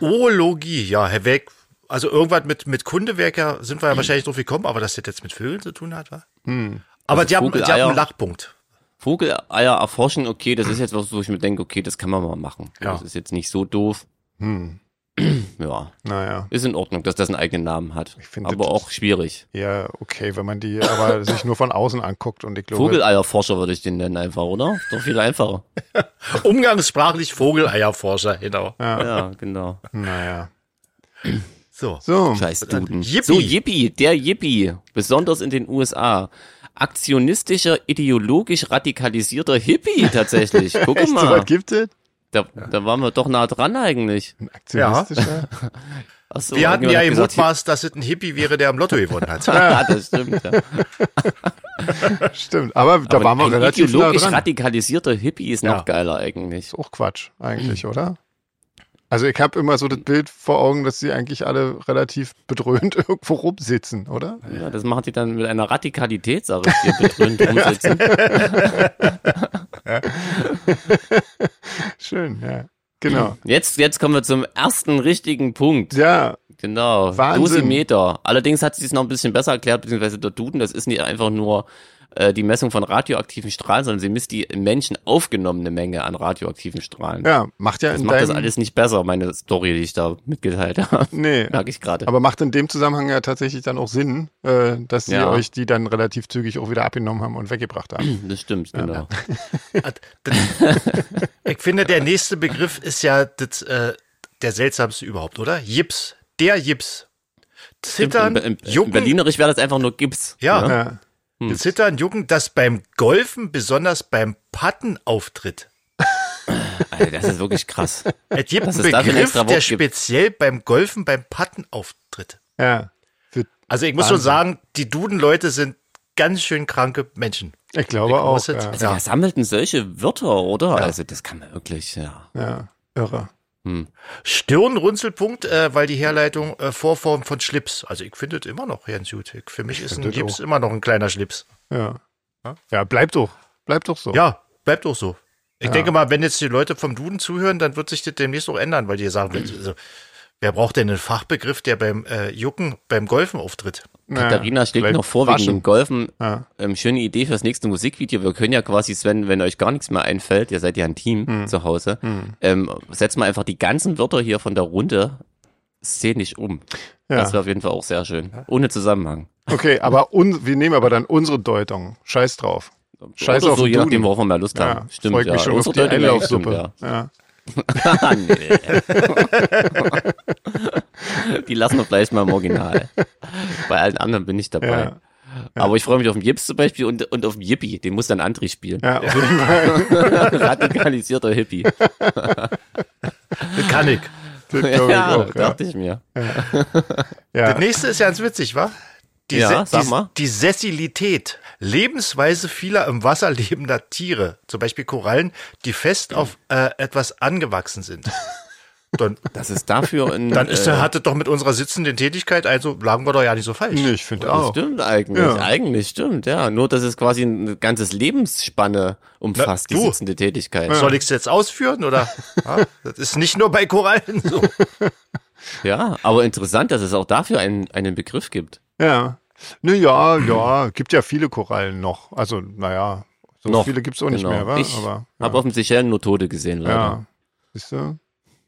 o Oologie, ja, Herr Weg. Also irgendwas mit, mit Kunde wär ja, sind wir ja wahrscheinlich drauf gekommen, aber dass das jetzt mit Vögeln zu tun hat, war?
Hm.
Aber
Also
die, haben, die haben
Vogeleier.
einen Lachpunkt.
Vogeleier erforschen, okay, das ist jetzt was, wo ich mir denke, okay, das kann man mal machen.
Ja.
Das ist jetzt nicht so doof.
Hm.
Ja.
Naja.
Ist in Ordnung, dass das einen eigenen Namen hat.
Ich finde,
Aber
das-
auch schwierig.
Ja, okay, wenn man die aber sich nur von außen anguckt und ich glaube.
Vogeleierforscher würde ich den nennen einfach, oder? Ist Doch viel einfacher.
Umgangssprachlich Vogeleierforscher, genau.
Ja, genau.
Naja.
So.
So.
Scheiß Duden.
Äh, Yippie.
So, Yippie, der Yippie, besonders in den USA. Aktionistischer, ideologisch radikalisierter Hippie tatsächlich. Guck
Echt, so
mal,
was gibt es?
da, da waren wir doch nah dran eigentlich.
Ein aktionistischer?
Ach so,
Wir hatten
irgendjemand
ja
hat
im
gesagt,
Mutmaß, dass es ein Hippie wäre, der am Lotto gewonnen hat.
ja, das stimmt. Ja.
Stimmt, aber da
Aber
waren wir
ein
relativ nah
ideologisch
dran.
radikalisierter Hippie ist
Ja.
noch geiler eigentlich.
ist auch Quatsch, eigentlich, oder? Also ich habe immer so das Bild vor Augen, dass sie eigentlich alle relativ bedröhnt irgendwo rumsitzen, oder?
Ja, das machen die dann mit einer Radikalität, sag ich dir, bedröhnt rumsitzen.
Schön, ja. Genau.
Jetzt, jetzt kommen wir zum ersten richtigen Punkt.
Ja,
Genau,
Wahnsinn.
Dosimeter. Allerdings hat sie es noch ein bisschen besser erklärt, beziehungsweise der Duden, das ist nicht einfach nur äh, die Messung von radioaktiven Strahlen, sondern sie misst die im Menschen aufgenommene Menge an radioaktiven Strahlen.
Ja, macht ja
Das
in
macht das
deinem,
alles nicht besser, meine Story, die ich da mitgeteilt habe.
Nee.
Merke ich gerade.
Aber macht in dem Zusammenhang ja tatsächlich dann auch Sinn, äh, dass sie
Ja.
euch die dann relativ zügig auch wieder abgenommen haben und weggebracht haben.
Das stimmt, genau.
Ich finde, der nächste Begriff ist ja das, äh, der seltsamste überhaupt, oder? Jips. Der Jips. Zittern,
Im, im, im
jucken.
Berlinerisch wäre das einfach nur Gips.
ja, äh,
Ja.
Hm.
zittern, jucken, das beim Golfen, besonders beim Patten auftritt.
Alter, das ist wirklich krass.
Es gibt
Dass
einen
es dafür ein
Begriff,
extra Wort
der
gibt.
speziell beim Golfen, beim Patten auftritt.
ja. Für-
Also ich muss schon
Wahnsinn.
sagen, die Duden-Leute sind ganz schön kranke Menschen.
Ich glaube auch.
Außer-
Ja.
Also, wer sammelt denn solche Wörter, oder? Also, das kann man wirklich, ja.
ja, irre.
Hm.
Stirnrunzelpunkt, äh, weil die Herleitung äh, Vorform von Schlips. Also ich finde es immer noch ganz gut. Ich- Für mich ist ein
finde das
Gips
auch.
immer noch ein kleiner Schlips.
Ja. ja, bleib doch. Bleib doch so.
Ja, bleibt auch so. Ich denke mal, wenn jetzt die Leute vom Duden zuhören, dann wird sich das demnächst auch ändern, weil die sagen,
Mhm.
also, wer braucht denn einen Fachbegriff, der beim äh, Jucken, beim Golfen auftritt?
Ja.
Katharina schlägt
Vielleicht
noch vor, wegen
waschen.
dem Golfen.
Ja.
Ähm, schöne Idee fürs nächste Musikvideo. Wir können ja quasi, Sven, wenn euch gar nichts mehr einfällt, ihr seid ja ein Team
Hm.
zu Hause, ähm, setzt mal einfach die ganzen Wörter hier von der Runde szenisch um.
Ja.
Das wäre auf jeden Fall auch sehr schön. Ohne Zusammenhang.
Okay, aber un wir nehmen aber dann unsere Deutung. Scheiß drauf. Scheiß
Oder
auf
so,
den
je nachdem,
Duden.
worauf wir mehr Lust haben. Stimmt,
freut
ja.
mich schon
Unsere
auf die
Leute merken, stimmt,
Einlaufsuppe. Ja.
Ah, nee. die lassen wir vielleicht mal im Original. Bei allen anderen bin ich dabei.
Ja.
Aber ich freue mich auf den Jips zum Beispiel und, und auf den Yippie. Den muss dann André spielen.
Ja, auf jeden Fall.
Radikalisierter Hippie.
Das kann ich.
Das glaub ich
ja,
auch, ja.
dachte ich mir.
Das
Ja.
nächste ist ganz witzig, wa? Die,
Ja,
Se-
sag
die,
mal.
die Sessilität, Lebensweise vieler im Wasser lebender Tiere, zum Beispiel Korallen, die fest auf äh, etwas angewachsen sind. Dann,
Das ist dafür ein.
dann ist,
äh,
er hatte doch mit unserer sitzenden Tätigkeit, also lagen wir doch ja nicht so falsch.
Nee, Ich finde
das
auch.
stimmt eigentlich,
Ja.
eigentlich stimmt, ja. Nur, dass es quasi eine ganze Lebensspanne umfasst,
Na,
die
du.
sitzende Tätigkeit.
Soll ich es jetzt ausführen oder? Ja, das ist nicht nur bei Korallen so.
Ja, aber interessant, dass es auch dafür einen, einen Begriff gibt.
Ja. Naja, ja, gibt ja viele Korallen noch. Also, naja, so
Noch,
viele gibt es auch nicht
genau.
mehr, wa?
Ich
aber ja.
Hab auf dem Seychellen nur Tote gesehen, leider.
ja. Siehst du?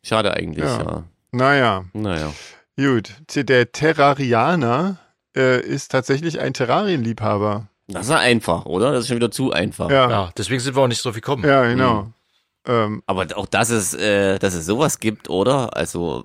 Schade eigentlich, ja.
Ja. Naja,
Naja.
gut. T- Der Terrarianer äh, ist tatsächlich ein Terrarienliebhaber.
Das ist ja einfach, oder? Das ist schon wieder zu einfach.
Ja, ja,
Ja, deswegen sind wir auch nicht so viel gekommen.
genau. Ähm,
Aber auch, dass es, äh, dass es sowas gibt, oder? Also,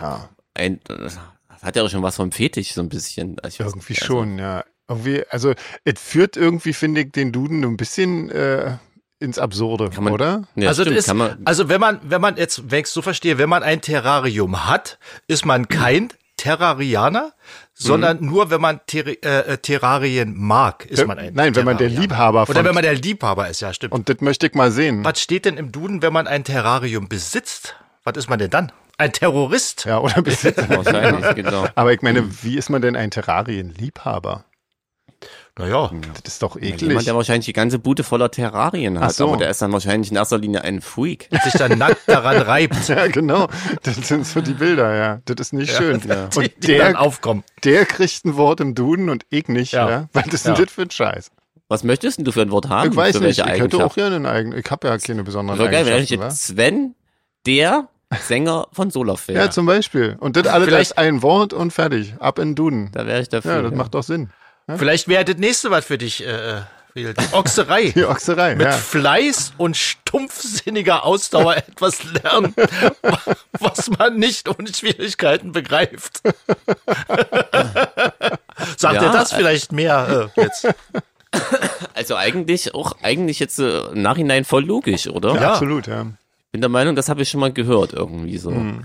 ja,
ein, das hat ja auch schon was vom Fetisch, so ein bisschen. Also, ich weiß-
irgendwie
also,
schon, ja. Irgendwie, also, es führt irgendwie, finde ich, den Duden ein bisschen äh, ins Absurde,
man-
oder?
Ja,
also,
also, stimmt,
das ist,
kann man,
also wenn man, wenn man jetzt, wenn ich so verstehe, wenn man ein Terrarium hat, ist man kein Terrarianer, sondern
Mhm.
nur wenn man Ter äh, äh, Terrarien mag, ist man ein
Nein, wenn man der
Terrarianer.
Liebhaber von.
Oder wenn man der Liebhaber ist, ja stimmt.
und das möchte ich mal sehen.
Was steht denn im Duden, wenn man ein Terrarium besitzt? Was ist man denn dann? Ein Terrorist?
Ja, oder Besitzer.
wahrscheinlich, genau.
Aber ich meine, wie ist man denn ein Terrarienliebhaber?
Naja,
Das ist doch
Jemand,
eklig.
der wahrscheinlich die ganze Bude voller Terrarien
Ach
hat,
so.
aber der ist dann wahrscheinlich in erster Linie ein Freak.
sich dann nackt daran reibt,
Ja, genau. Das sind so die Bilder, ja. Das ist nicht schön.
die,
Und
die dann
der,
aufkommen.
der kriegt ein Wort im Duden und ich nicht, ja.
Ja.
Weil das ist denn
Ja.
das für ein Scheiß.
Was möchtest denn du für ein Wort haben?
Ich weiß
für
nicht,
welche
ich hätte auch
Eigenschaft?
gerne einen eigenen. Ich habe ja keine besonderen
Wäre geil, wenn da
Eigenschaften.
steht
wa?
Sven, der Sänger von Solarfell.
Ja, zum Beispiel. Und das alles als
Vielleicht-
ein Wort und fertig. Ab in den Duden.
da wäre ich dafür.
Ja, das macht doch Sinn.
Hm? Vielleicht wäre das nächste was für dich, äh, Friedel. die Ochserei.
Die Ochserei,
Mit
ja.
Fleiß und stumpfsinniger Ausdauer etwas lernen, was man nicht ohne Schwierigkeiten begreift. Sagt
Ja,
er das vielleicht mehr äh, jetzt?
Also eigentlich auch eigentlich jetzt äh, im Nachhinein voll logisch, oder?
Ja.
Absolut, ja.
Bin der Meinung, das habe ich schon mal gehört irgendwie so.
Hm,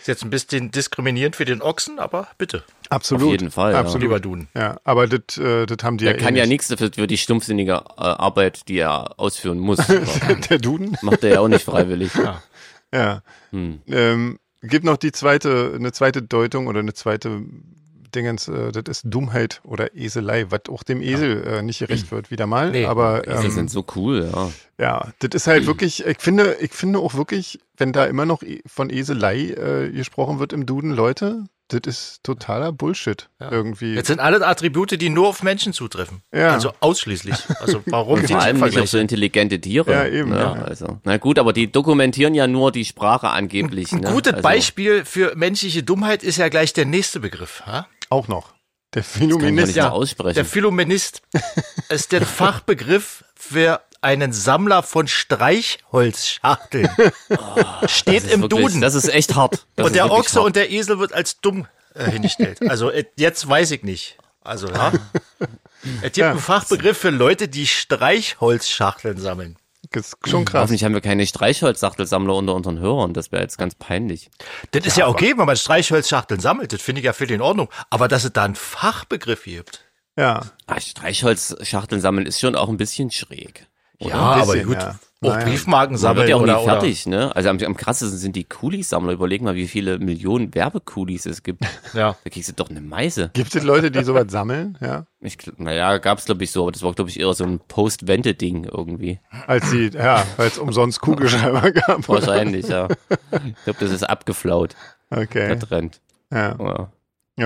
Ist jetzt ein bisschen diskriminierend für den Ochsen, aber bitte,
Absolut.
Auf jeden Fall, ja.
Absolut.
lieber Duden.
Ja, aber das äh, das haben die
Der
ja eh
kann ja
nicht.
nichts dafür für die stumpfsinnige äh, Arbeit, die er ausführen muss. Aber
Der Duden?
Macht er ja auch nicht freiwillig.
Ja. Ähm, gibt noch die zweite, eine zweite Deutung oder eine zweite Dingens, äh, das ist Dummheit oder Eselei, was auch dem Esel äh, nicht gerecht wird, wieder mal.
Nee,
Aber
Die
ähm,
Hm. sind so cool, ja.
ja, das ist halt wirklich, ich finde, ich finde auch wirklich, wenn da immer noch e- von Eselei äh, gesprochen wird im Duden, Leute, das ist totaler Bullshit irgendwie.
Jetzt sind alle Attribute, die nur auf Menschen zutreffen.
Ja.
Also ausschließlich. Also warum
Vor allem nicht auf so intelligente Tiere.
Ja, eben, ja.
Also. Na gut, aber die dokumentieren ja nur die Sprache angeblich. Ne?
Ein gutes
also,
Beispiel für menschliche Dummheit ist ja gleich der nächste Begriff. Ha?
Auch noch. Der
Kann ich
Phänomenist.
nicht mal
Ja. Der
aussprechen.
Philomenist ist der Fachbegriff für einen Sammler von Streichholzschachteln. Steht
Oh, Das ist
im
wirklich-
Duden.
Das ist echt hart. Das
und
ist
der
wirklich
Ochse
hart.
und der Esel wird als dumm äh, hingestellt. Also äh, jetzt weiß ich nicht. Also ja. Es gibt einen Fachbegriff für Leute, die Streichholzschachteln sammeln.
Das ist schon krass.
Hoffentlich haben wir keine Streichholzsachtelsammler unter unseren Hörern. Das wäre jetzt ganz peinlich.
Das ist ja okay, wenn man Streichholzschachteln sammelt. Das finde ich ja völlig in Ordnung. Aber dass es da einen Fachbegriff gibt.
Ja.
Ah, Streichholzschachteln sammeln ist schon auch ein bisschen schräg.
Ja,
ein
aber
bisschen,
gut.
ja.
Auch
Naja.
Briefmarken
Man
sammeln
wird ja auch
oder,
nie fertig, ne? Also am, am krassesten sind die Kulis-Sammler. Überleg mal, wie viele Millionen Werbekulis es gibt.
oder. Ja.
Da kriegst du doch eine Meise.
Gibt es Leute, die sowas sammeln, ja?
Ich, gl- naja, gab's glaube ich so, aber das war glaube ich eher so ein Post-Wende-Ding irgendwie.
Als sie, ja, weil es umsonst Kugelschreiber gab. oder?
Wahrscheinlich, ja. Ich glaube, das ist abgeflaut, der
Okay.
Trend.
Ja.
Ja.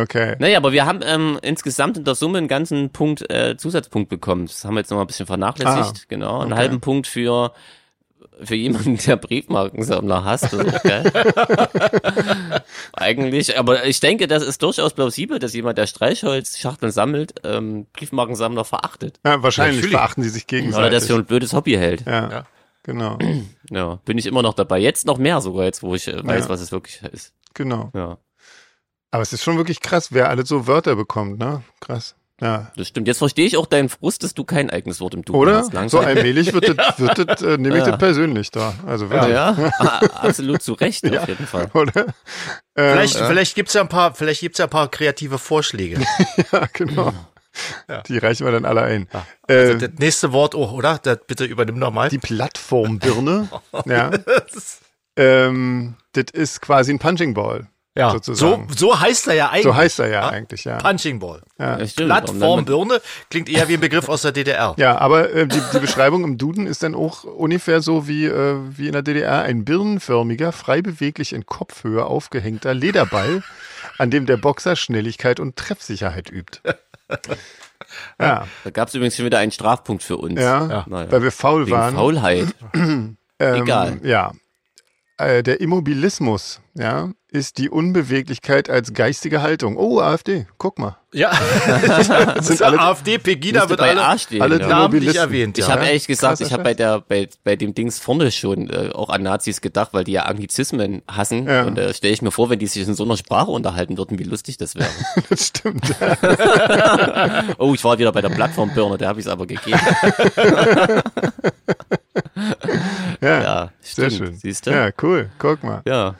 Okay.
Naja, aber wir haben ähm, insgesamt in der Summe einen ganzen Punkt äh, Zusatzpunkt bekommen. Das haben wir jetzt nochmal ein
Ah.
bisschen vernachlässigt, genau. Einen halben Punkt für für jemanden, der Briefmarkensammler hasst. Das ist auch geil. Eigentlich, aber ich denke, das ist durchaus plausibel, dass jemand, der Streichholzschachteln sammelt, ähm, Briefmarkensammler verachtet.
Ja, wahrscheinlich
Natürlich.
verachten sie sich gegenseitig.
Oder das für ein blödes Hobby hält.
ja.
Ja.
Genau.
Ja, bin ich immer noch dabei. Jetzt noch mehr sogar, jetzt wo ich äh, weiß, was es wirklich ist.
Genau.
Ja,
Aber es ist schon wirklich krass, wer alle so Wörter bekommt, ne? Krass. Ja.
das stimmt. Jetzt verstehe ich auch deinen Frust, dass du kein eigenes Wort im Du
Oder?
hast.
So
Langsam.
allmählich wird das, wird das äh, nehme ich
Ja.
das persönlich da. Also
ja,
wirklich.
Ah, absolut zu Recht auf jeden Fall.
Oder? Ähm,
Vielleicht, vielleicht gibt's ja ein paar, vielleicht gibt's ja ein paar kreative Vorschläge.
Ja, genau. Die reichen wir dann alle ein. Äh,
Also Das nächste Wort auch, oder? Das bitte übernimm nochmal.
die Plattformbirne. ja. Ähm, das ist quasi ein Punching Ball.
Ja, so,
sozusagen.
so heißt er ja eigentlich.
So heißt er ja eigentlich, ja.
Punching Ball.
Ja, stimmt. Warum dann mit-
Plattformbirne klingt eher wie ein Begriff aus der DDR.
Ja, aber äh, die, die Beschreibung im Duden ist dann auch ungefähr so wie, äh, wie in der DDR ein birnenförmiger, frei beweglich in Kopfhöhe aufgehängter Lederball, an dem der Boxer Schnelligkeit und Treffsicherheit übt. Ja,
Da gab es übrigens schon wieder einen Strafpunkt für uns.
ja,
Naja.
weil wir faul
Wegen
waren.
Faulheit.
Ähm,
Egal.
Ja. Äh, der Immobilismus, ja, ist die Unbeweglichkeit als geistige Haltung. Oh, AfD, guck mal.
Ja,
Das sind alle,
AfD, Pegida
Müsste
wird
bei A
alle
stehen.
alle
ja.
drei-
namentlich
Immobilisten.
erwähnt.
Ich
Ja.
habe ehrlich gesagt,
Krasser
ich habe bei der bei, bei dem Dings vorne schon äh, auch an Nazis gedacht, weil die ja Anglizismen hassen.
Ja.
Und da äh, stelle ich mir vor, wenn die sich in so einer Sprache unterhalten würden, wie lustig das wäre.
das stimmt.
Oh, ich war wieder bei der Plattform Burner, der habe ich es aber gegeben.
Ja,
Ja,
sehr
stimmt.
schön.
Siehst du?
Ja, cool, guck mal.
Ja.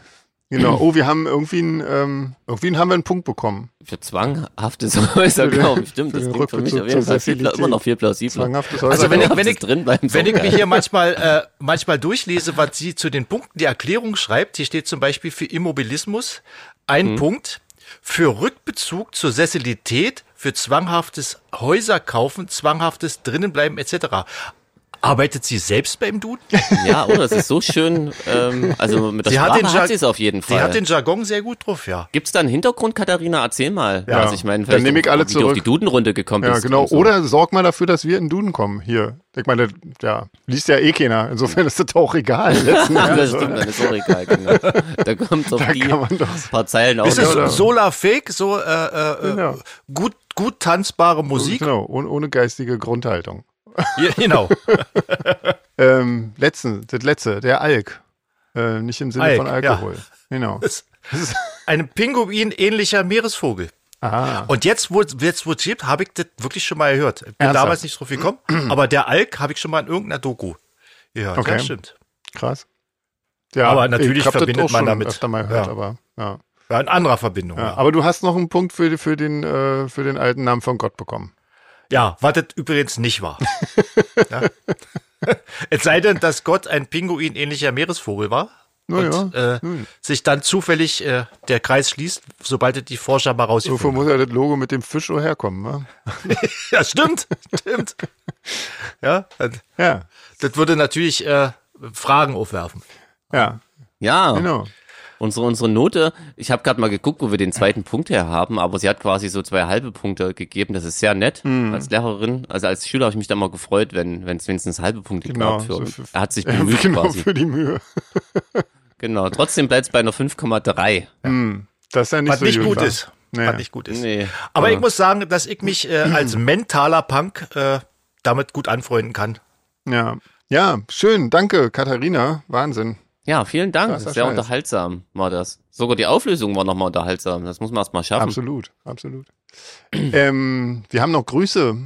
Genau. Oh, wir haben irgendwie einen, ähm, irgendwie haben wir einen Punkt bekommen.
Für zwanghaftes Häuserkauf. Stimmt,
für
das
den
klingt für mich
Rückbezug
auf jeden
zur
Fall viel,
Fertilität.
immer noch viel plausibler.
Zwanghaftes
Also wenn,
Häuserkauf,
wenn,
das
ich,
drin bleiben soll.
wenn ich mir hier manchmal, äh, manchmal durchlese, was sie zu den Punkten die Erklärung schreibt, hier steht zum Beispiel für Immobilismus
Mhm.
ein Punkt, für Rückbezug zur Sessilität, für zwanghaftes Häuserkaufen, zwanghaftes Drinnenbleiben etc. Arbeitet sie selbst beim Duden?
Ja, oder? Das ist so schön. Ähm, also mit der
Sie hat
Sprache
den
hat
Jarg-
sie es auf jeden
Die hat
Fall.
den Jargon sehr gut drauf, ja.
Gibt's da einen Hintergrund, Katharina? Erzähl mal.
Ja.
Also ich meine,
Dann
vielleicht
nehme ich alle
wie du auf
zurück.
die Dudenrunde gekommen
Ja,
bist.
genau.
und so.
Oder sorg mal dafür, dass wir in Duden kommen. Hier. Ich meine, ja, liest ja eh keiner. Insofern ist das auch egal. Letzten
das
Endes,
stimmt,
oder?
dann ist auch egal. Genau. Da kommt auf
Da
die
kann man doch.
paar Zeilen auch
Ist es
noch.
oder?
Solarfake, so äh, äh, äh,
Genau.
gut, gut tanzbare Musik?
Genau, ohne, ohne geistige Grundhaltung.
Ja, Genau.
Ähm, letzten, das letzte, der Alk. Äh, nicht im Sinne
Alk,
von Alkohol. Genau.
Das- Einem Pinguin ähnlicher Meeresvogel.
Ah,
Und jetzt, wo jetzt wo es gibt, habe ich das wirklich schon mal gehört. Ich bin
Ernsthaft?
damals nicht drauf gekommen, aber der Alk habe ich schon mal in irgendeiner Doku gehört. Ja,
Okay.
stimmt.
krass. Ja,
Aber natürlich
ich hab das
verbindet
auch
man
schon
damit.
öfter mal gehört,
Ja.
aber ja.
Ja, in anderer Verbindung.
ja.
Ja,
Aber du hast noch einen Punkt für, für, den, äh, für den alten Namen von Gott bekommen.
ja was das übrigens nicht war. ja. Es sei denn, dass Gott ein Pinguin ähnlicher Meeresvogel war.
Naja.
Und äh,
Hm.
sich dann zufällig äh, der Kreis schließt, sobald es die Forscher mal rausgefunden
Wofür muss ja das Logo mit dem Fisch auch herkommen, ne?
Ja, stimmt, stimmt. Ja,
Ja,
das würde natürlich äh, Fragen aufwerfen.
ja,
Ja,
genau.
Unsere, unsere Note, ich habe gerade mal geguckt, wo wir den zweiten Punkt her haben, aber sie hat quasi so zwei halbe Punkte gegeben. Das ist sehr nett
Mhm.
als Lehrerin. Also als Schüler habe ich mich da mal gefreut, wenn wenn es wenigstens halbe Punkte
Genau,
gab. Für,
so für-
er hat sich
Äh,
bemüht
genau,
quasi.
für die Mühe.
Genau, trotzdem bleibt es bei einer 5,3.
Das ist ja nicht
Was
so
nicht gut
war.
ist.
Nee.
Was nicht gut ist.
Nee.
Aber ich muss sagen, dass ich mich äh, als mentaler Punk äh, damit gut anfreunden kann.
Ja. ja, schön, danke Katharina, Wahnsinn.
Ja, vielen Dank.
Krasser
Sehr
Scheiß.
unterhaltsam war das. Sogar die Auflösung war nochmal unterhaltsam. Das muss man erstmal schaffen.
Absolut, absolut. ähm, wir haben noch Grüße,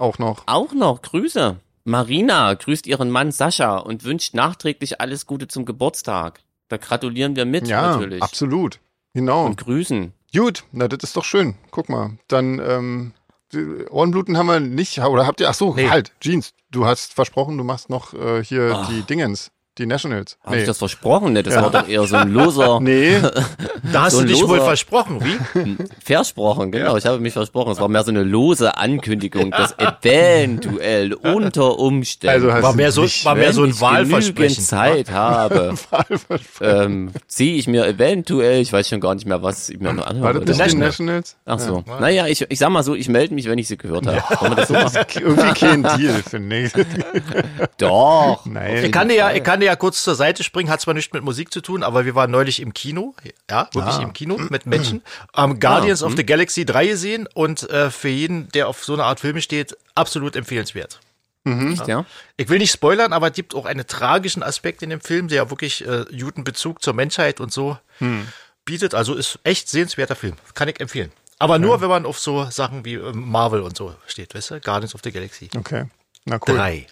auch noch.
Auch noch Grüße. Marina grüßt ihren Mann Sascha und wünscht nachträglich alles Gute zum Geburtstag. Da gratulieren wir mit
Ja,
natürlich.
absolut. Genau.
Und grüßen.
Gut, na das ist doch schön. Guck mal, dann ähm, die Ohrenbluten haben wir nicht. Oder habt ihr? Ach so,
Nee.
halt, Jeans. Du hast versprochen, du machst noch äh, hier
Ach.
die Dingens, die Nationals.
Habe Ah. ich das versprochen? Ne? Das
Ja.
war doch eher so ein loser
nee,
Da hast
So
du
ein
dich
loser-
wohl versprochen, wie?
Versprochen, genau. Ich habe mich versprochen. Es war mehr so eine lose Ankündigung. Das eventuell unter Umständen.
also hast
War
du
mehr so,
nicht-
war halt mehr
wenn
so ein
ich
Wahlversprechen.
genügend Zeit habe, ähm, ziehe ich mir eventuell, ich weiß schon gar nicht mehr, was ich mir noch anhören
War das
wollte.
nicht die Nationals?
Ach so. Naja, ich, ich sag mal so, ich melde mich, wenn ich sie gehört habe. Wollen wir das so machen?
Irgendwie kein Deal, finde ich.
Doch.
Nein.
Ich kann, dir ja, ich kann dir ja kurz zur Seite springen, hat zwar nichts mit Musik zu tun, aber wir waren neulich im Kino, ja, wirklich
Ah.
im Kino mit Menschen, am
hm.
Guardians of the Galaxy 3 gesehen und äh, für jeden, der auf so eine Art Filme steht, absolut empfehlenswert.
Nicht, ja?
Ich will nicht spoilern, aber es gibt auch einen tragischen Aspekt in dem Film, der ja wirklich äh, guten Bezug zur Menschheit und so bietet. Also ist echt sehenswerter Film, kann ich empfehlen. Aber nur, wenn man auf so Sachen wie ähm, Marvel und so steht, weißt du? Guardians of the Galaxy
Okay, na cool. Äh,
3.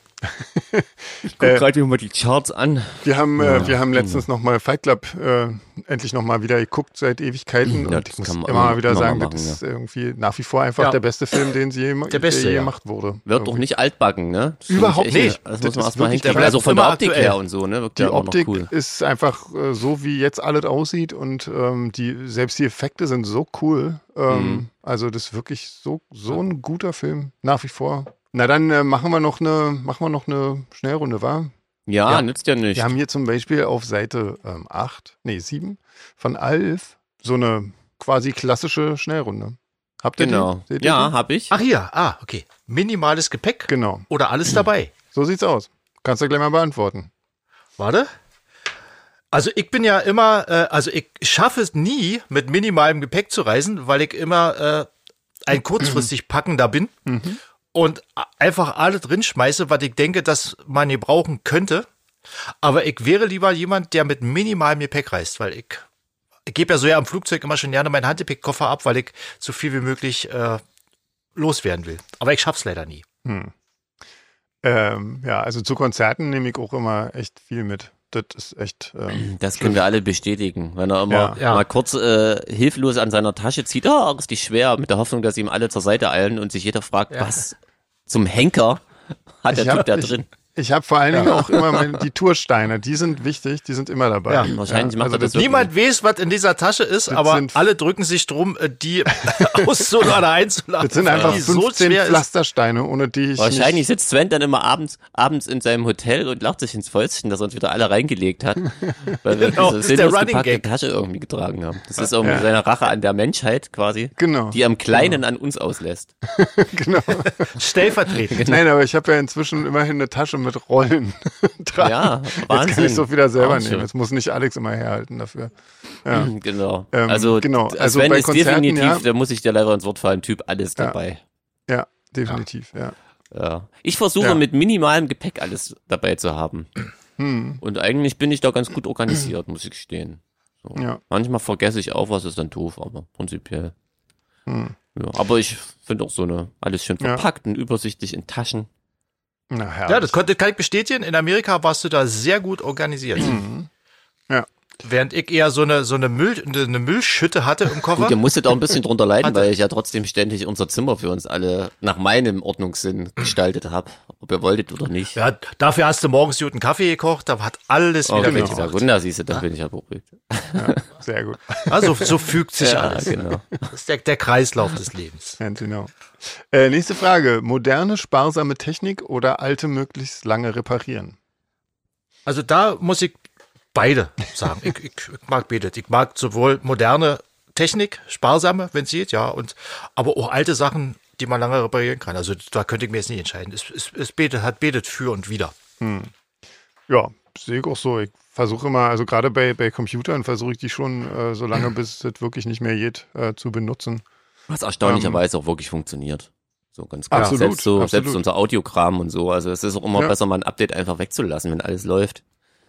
Ich guck gerade mir mal die Charts an.
Wir haben, äh, wir haben
Mhm.
letztens nochmal Fight Club äh, endlich nochmal wieder geguckt seit Ewigkeiten.
Mhm. Ja,
und ich
das
muss
kann man
immer mal
immer
wieder
noch mal
sagen,
machen,
das ist irgendwie nach wie vor einfach
Ja.
der beste Film, den sie je, der
beste,
je
ja.
gemacht wurde.
Wird doch nicht altbacken, ne? Das finde
Überhaupt
ich
nicht.
Das
Das
muss man
ist
erstmal
wirklich-
der
hinkriegen.
bleibt
Also von der
immer
Optik
aktuell.
her und so, ne? Wirkt
Die
ja auch noch
Optik
cool.
ist einfach äh, so, wie jetzt alles aussieht und ähm, die, selbst die Effekte sind so cool. Ähm,
Mhm.
Also das ist wirklich so, so ein guter Film, nach wie vor. Na dann äh, machen wir noch eine, machen wir noch eine Schnellrunde, wa?
Ja,
Ja.
nützt ja nichts.
Wir haben hier zum Beispiel auf Seite ähm, 8, nee 7 von Alf so eine quasi klassische Schnellrunde. Habt ihr
Genau.
die? Seht ihr
Ja,
die?
hab ich.
Ach hier, ah, okay. Minimales Gepäck
Genau,
oder alles dabei.
so sieht's aus. Kannst du gleich mal beantworten.
Warte. Also ich bin ja immer, äh, also ich schaffe es nie, mit minimalem Gepäck zu reisen, weil ich immer äh, ein kurzfristig packender bin und a- einfach alles drin schmeiße, was ich denke, dass man hier brauchen könnte. Aber ich wäre lieber jemand, der mit minimalem Gepäck reist, weil ich, ich gebe ja so ja am Flugzeug immer schon gerne meinen Handgepäckkoffer ab, weil ich so viel wie möglich äh, loswerden will. Aber ich schaff's leider nie.
Ähm, ja, also zu Konzerten nehme ich auch immer echt viel mit. Das ist echt. Ähm,
Das können wir alle bestätigen. Wenn er immer
Ja.
Ja.
mal kurz äh, hilflos an seiner Tasche zieht, oh, ist die schwer, mit der Hoffnung, dass ihm alle zur Seite eilen und sich jeder fragt, was zum Henker hat der
Ich hab-
Typ da
ich-
drin?
ich habe vor allen Dingen auch immer meine, die Toursteine, die sind wichtig, die sind immer dabei. also
Ja,
wahrscheinlich macht er das wirklich.
Niemand weiß, was in dieser Tasche ist, aber
sind-
alle drücken sich drum, äh, die auszunehmen oder einzuladen.
Das sind einfach
die so
15
schwer ist.
Pflastersteine, ohne die ich.
Wahrscheinlich sitzt Sven dann immer abends, abends in seinem Hotel und lacht sich ins Fäustchen, dass er uns wieder alle reingelegt hat, weil wir
Genau, das
diese
ist der
sinnlos
Running
gepackte
Gag.
Tasche irgendwie getragen haben. Das ist irgendwie seine Rache an der Menschheit quasi,
Genau.
die am Kleinen an uns auslässt.
Nicht, genau.
Genau.
Stellvertretend.
Nein, aber ich habe ja inzwischen immerhin eine Tasche mit Rollen dran.
Ja,
Jetzt kann
Wahnsinn.
ich so wieder selber
Wahnsinn.
nehmen. Jetzt muss nicht Alex immer herhalten dafür.
Genau.
Ähm,
also,
genau. Also
Sven
bei
ist
Konzerten,
definitiv,
ja.
da muss ich dir leider ins Wort fallen, Typ, alles
Ja.
dabei.
Ja, definitiv, ja.
Ja. Ich versuche
Ja.
mit minimalem Gepäck alles dabei zu haben.
Hm.
Und eigentlich bin ich da ganz gut organisiert, muss ich gestehen. So.
Ja.
Manchmal vergesse ich auch was, ist dann doof, aber prinzipiell. Ja, aber ich finde auch so eine, alles schön
Hm. Ja.
verpackt und übersichtlich in Taschen.
Na, herrlich.
Ja, das konnte, kann ich bestätigen. In Amerika warst du da sehr gut organisiert.
Mhm. Ja.
Während ich eher so eine, so eine, Müll, eine Müllschütte hatte im Koffer.
Gut, ihr musstet auch ein bisschen drunter leiden, weil ich ja trotzdem ständig unser Zimmer für uns alle nach meinem Ordnungssinn gestaltet habe. Ob ihr wolltet oder nicht.
Ja, dafür hast du morgens guten Kaffee gekocht, da hat alles wieder
okay,
weggemacht.
ja, Wunder, siehst du, da bin ich ja beruhigt.
Sehr gut.
Also so fügt sich
Ja,
alles.
genau.
Das ist der, der Kreislauf des Lebens.
Ganz genau. Äh, nächste Frage. Moderne, sparsame Technik oder alte möglichst lange reparieren?
Also da muss ich beide Sachen. ich, ich, ich mag beides. Ich mag sowohl moderne Technik, sparsame, wenn es geht, ja, und aber auch alte Sachen, die man lange reparieren kann. Also da könnte ich mir jetzt nicht entscheiden. Es, es, es betet, hat betet für und wieder.
Ja, sehe ich auch so. Ich versuche immer, also gerade bei, bei Computern versuche ich die schon äh, so lange, bis es wirklich nicht mehr geht, äh, zu benutzen.
Was erstaunlicherweise auch wirklich funktioniert. So ganz klar.
Ähm. Absolut,
selbst, so, selbst
absolut.
unser Audiokram und so. Also es ist auch immer
Ja.
besser, mal ein Update einfach wegzulassen, wenn alles läuft.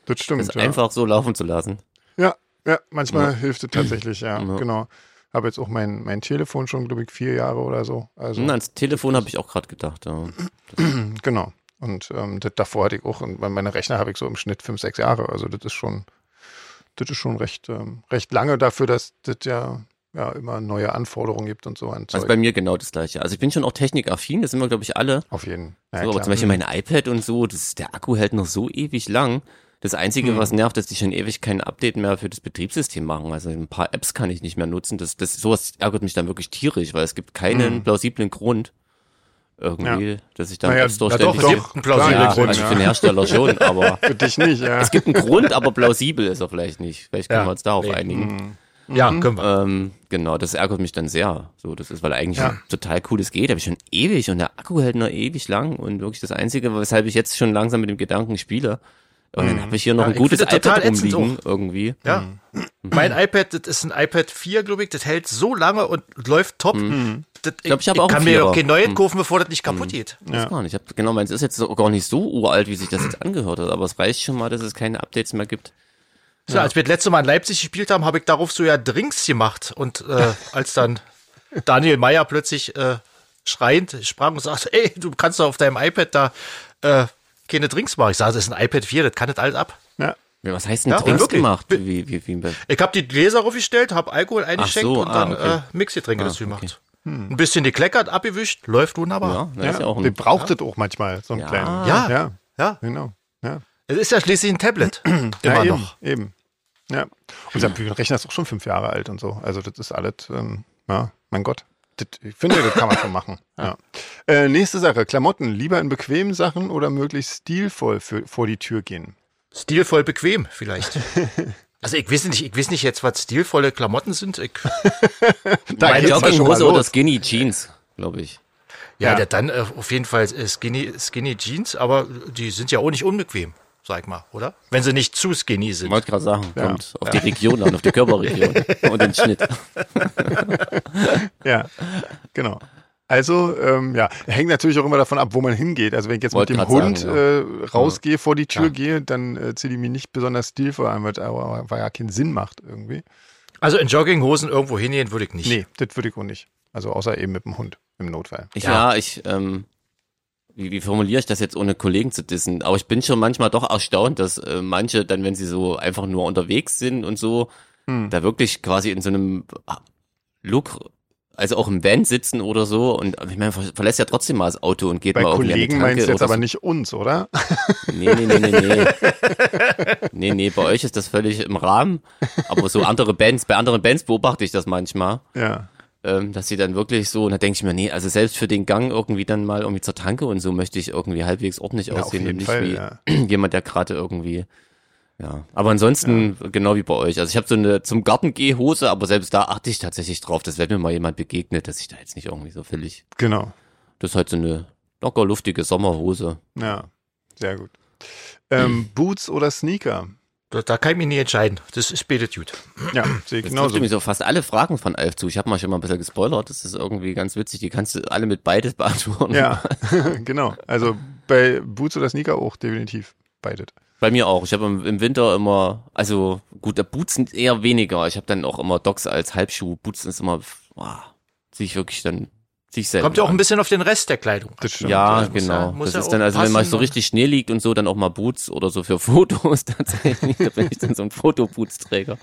Das stimmt.
Das
ja.
einfach so laufen zu lassen.
Ja, ja manchmal hilft es tatsächlich, ja,
Ja.
genau. Habe jetzt auch mein, mein Telefon schon, glaube ich, vier Jahre oder so. Also,
Hm, ans Telefon habe ich auch gerade gedacht. Ja. Also,
genau. Und ähm, das davor hatte ich auch, und bei meinem Rechner habe ich so im Schnitt fünf, sechs Jahre. Also, das ist schon, das ist schon recht, ähm, recht lange dafür, dass das ja, ja immer neue Anforderungen gibt und so an
Also
Zeug.
bei mir genau das gleiche. Also ich bin schon auch technikaffin, das sind wir, glaube ich, alle.
Auf jeden
So,
Fall.
aber zum Beispiel mein iPad und so, das, der Akku hält noch so ewig lang. Das
Hm.
Einzige, was nervt, ist, dass die schon ewig kein Update mehr für das Betriebssystem machen. Also ein paar Apps kann ich nicht mehr nutzen. Das, das, sowas ärgert mich dann wirklich tierisch, weil es gibt keinen
Hm.
plausiblen Grund irgendwie, dass ich da
Naja,
App Store
na
doch,
ständig-
es gibt einen plausiblen
ja,
Grund,
also
ja.
für den Hersteller schon, aber
Für dich nicht, ja.
es gibt einen Grund, aber plausibel ist er vielleicht nicht. Vielleicht können
Ja.
wir uns darauf
Nee.
einigen.
Ja, können wir.
Ähm, genau, das ärgert mich dann sehr. So, das ist, weil eigentlich
Ja.
ein total cooles geht, habe ich schon ewig und der Akku hält noch ewig lang und wirklich das Einzige, weshalb ich jetzt schon langsam mit dem Gedanken spiele. Und dann habe ich hier noch
Mhm. Ja,
ein
ich
gutes
finde das
iPad
total ätzend
rumliegen irgendwie.
Ja.
Mhm.
Mein iPad, das ist ein iPad 4, glaube ich, das hält so lange und läuft top. Das, ich
glaub, Mhm. ich hab auch
kann
einen
mir
Vierer. Mhm.
auch kein neues kaufen, bevor das nicht kaputt geht.
Das gar nicht. Ich hab, genau, meins ist jetzt auch gar nicht so uralt, wie sich das jetzt angehört hat, aber es reicht schon mal, dass es keine Updates mehr gibt.
So, Als wir das letzte Mal in Leipzig gespielt haben, habe ich darauf so ja Drinks gemacht. Und äh, als dann Daniel Meyer plötzlich äh, schreiend sprang und sagte, ey, du kannst doch auf deinem iPad da äh, keine Drinks machen. Ich sage, das ist ein iPad 4, das kann das alles ab.
ja.
Ja, was heißt denn
Ja,
Drinks
wirklich.
gemacht? Wie, wie, wie, wie,
Ich habe die Gläser aufgestellt, habe Alkohol eingeschenkt
so,
und
ah,
dann
okay.
äh, Mixgetränke dazu
okay. Hm.
gemacht. Ein bisschen gekleckert, abgewischt, läuft
ja,
wunderbar.
das ist ja auch
Den
ein,
braucht das auch manchmal, so einen
Ja.
kleinen.
Ja.
ja.
Ja.
Genau. Ja.
Es ist ja schließlich ein Tablet. Immer
ja, eben,
noch.
Eben. Ja. Unser Bügelrechner ist auch schon fünf Jahre alt und so. Also, das ist alles, ähm, ja, mein Gott. Das, ich finde, das kann man schon machen. Ja. Äh, nächste Sache: Klamotten. Lieber in bequemen Sachen oder möglichst stilvoll für, vor die Tür gehen.
Stilvoll bequem, vielleicht. Also ich weiß nicht, ich weiß nicht jetzt, was stilvolle Klamotten sind. Ich,
Da
Bei
geht's ja schon mal
Jogginghose
los.
oder Skinny Jeans, glaube ich.
ja,
Ja.
der dann äh, auf jeden Fall äh, skinny, skinny Jeans, aber die sind ja auch nicht unbequem, sag ich mal, oder? Wenn sie nicht zu skinny sind.
Wollte gerade sagen, kommt auf die Region an, auf die Körperregion und den Schnitt.
Ja, genau. Also, ähm, ja, hängt natürlich auch immer davon ab, wo man hingeht. Also, wenn ich jetzt
Wollte
mit dem
grad
Hund
sagen,
äh, rausgehe, vor die Tür gehe, dann äh, ziehe ich mich nicht besonders stilvoll an, weil es aber weil ja keinen Sinn macht irgendwie.
Also in Jogginghosen irgendwo hingehen würde ich nicht.
Nee, das würde ich auch nicht. Also, außer eben mit dem Hund im Notfall.
Ich,
Ja.
ja. ich, ähm, wie, wie formuliere ich das jetzt, ohne Kollegen zu dissen? Aber ich bin schon manchmal doch erstaunt, dass äh, manche dann, wenn sie so einfach nur unterwegs sind und so,
Hm.
da wirklich quasi in so einem Look, also auch im Van sitzen oder so. Und ich meine, ver- verlässt ja trotzdem mal das Auto und geht
Bei
mal irgendwie
Kollegen
an die
meinst
Tanke
du jetzt
oder
aber
so.
nicht uns, oder?
Nee, nee, nee, nee, nee. nee, nee, bei euch ist das völlig im Rahmen. Aber so andere Bands, bei anderen Bands beobachte ich das manchmal.
Ja.
ähm, dass sie dann wirklich so, und da denke ich mir, nee, also selbst für den Gang irgendwie dann mal irgendwie zur Tanke und so möchte ich irgendwie halbwegs ordentlich
auf
aussehen
jeden
und nicht
Fall,
wie
ja.
jemand, der gerade irgendwie, ja. Aber ansonsten, genau wie bei euch, also ich habe so eine zum Garten Hose, aber selbst da achte ich tatsächlich drauf, dass wenn mir mal jemand begegnet, dass ich da jetzt nicht irgendwie so völlig,
Genau.
das ist halt so eine locker luftige Sommerhose.
Ja. Sehr gut. Ähm, Boots oder Sneaker?
Da, da kann ich mich nie entscheiden. Das ist betet gut.
Ja, sehe ich
Jetzt trifft
genauso.
mir so fast alle Fragen von Alf zu. Ich habe mal schon mal ein bisschen gespoilert, das ist irgendwie ganz witzig, die kannst du alle mit beides beantworten.
Ja, genau. Also bei Boots oder Sneaker auch definitiv beides.
Bei mir auch. Ich habe im, im Winter immer, also gut, der Boots sind eher weniger. Ich habe dann auch immer Docs als Halbschuh. Boots ist immer, boah, zieh ich wirklich dann, zieh ich selten.
Kommt ja auch ein
an.
bisschen auf den Rest der Kleidung. an.
Das stimmt.
Ja,
muss
genau.
ja- muss
das
ja
ist
auch
dann, also wenn mal
passen ne?
so
und-
richtig Schnee liegt und so, dann auch mal Boots oder so für Fotos tatsächlich. da bin ich dann so ein Fotobootsträger.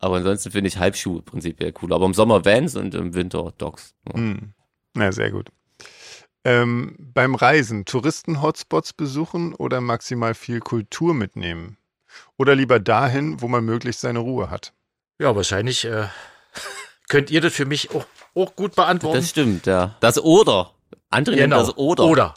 Aber ansonsten finde ich Halbschuh prinzipiell cool. Aber im Sommer Vans und im Winter Docs.
Mhm.
Ja.
Hm. Na, sehr gut. Ähm, beim Reisen, Touristen-Hotspots besuchen oder maximal viel Kultur mitnehmen? Oder lieber dahin, wo man möglichst seine Ruhe hat?
Ja, wahrscheinlich äh, könnt ihr das für mich auch, auch gut beantworten.
Das stimmt, ja. Das oder. Andere
Genau.
nennen das oder.
Oder.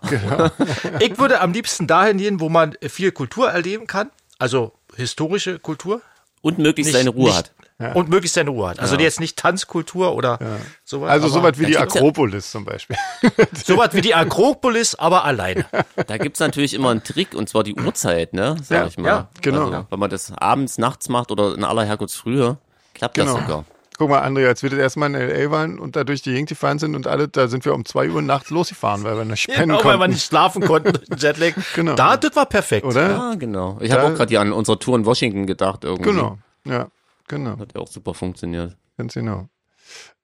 Ich würde am liebsten dahin gehen, wo man viel Kultur erleben kann. Also historische Kultur
Und möglichst
nicht,
seine Ruhe
nicht,
hat.
Und möglichst seine Ruhe hat. Also jetzt nicht Tanzkultur oder sowas.
Also
aber-
sowas wie die
da gibt's ja-
Akropolis zum Beispiel.
sowas wie die Akropolis, aber alleine.
Da gibt's natürlich immer einen Trick, und zwar die Uhrzeit, ne? Sag
Ja,
ich mal.
ja,
genau.
Also, wenn man das abends, nachts macht oder in aller Herkunft früher, klappt
Genau.
das sogar.
Guck mal, André, als wir das erste Mal in L.A. waren und da durch die Gegend gefahren sind und alle, da sind wir um 2 Uhr nachts losgefahren, weil wir nicht pennen
Genau, weil
konnten.
man nicht schlafen konnte, durch den Jetlag.
Genau.
Da, das war perfekt.
oder?
Ah, genau. Ich habe auch gerade ja an unsere Tour in Washington gedacht irgendwie.
Genau. Ja, genau.
Hat ja auch super funktioniert.
Ganz genau.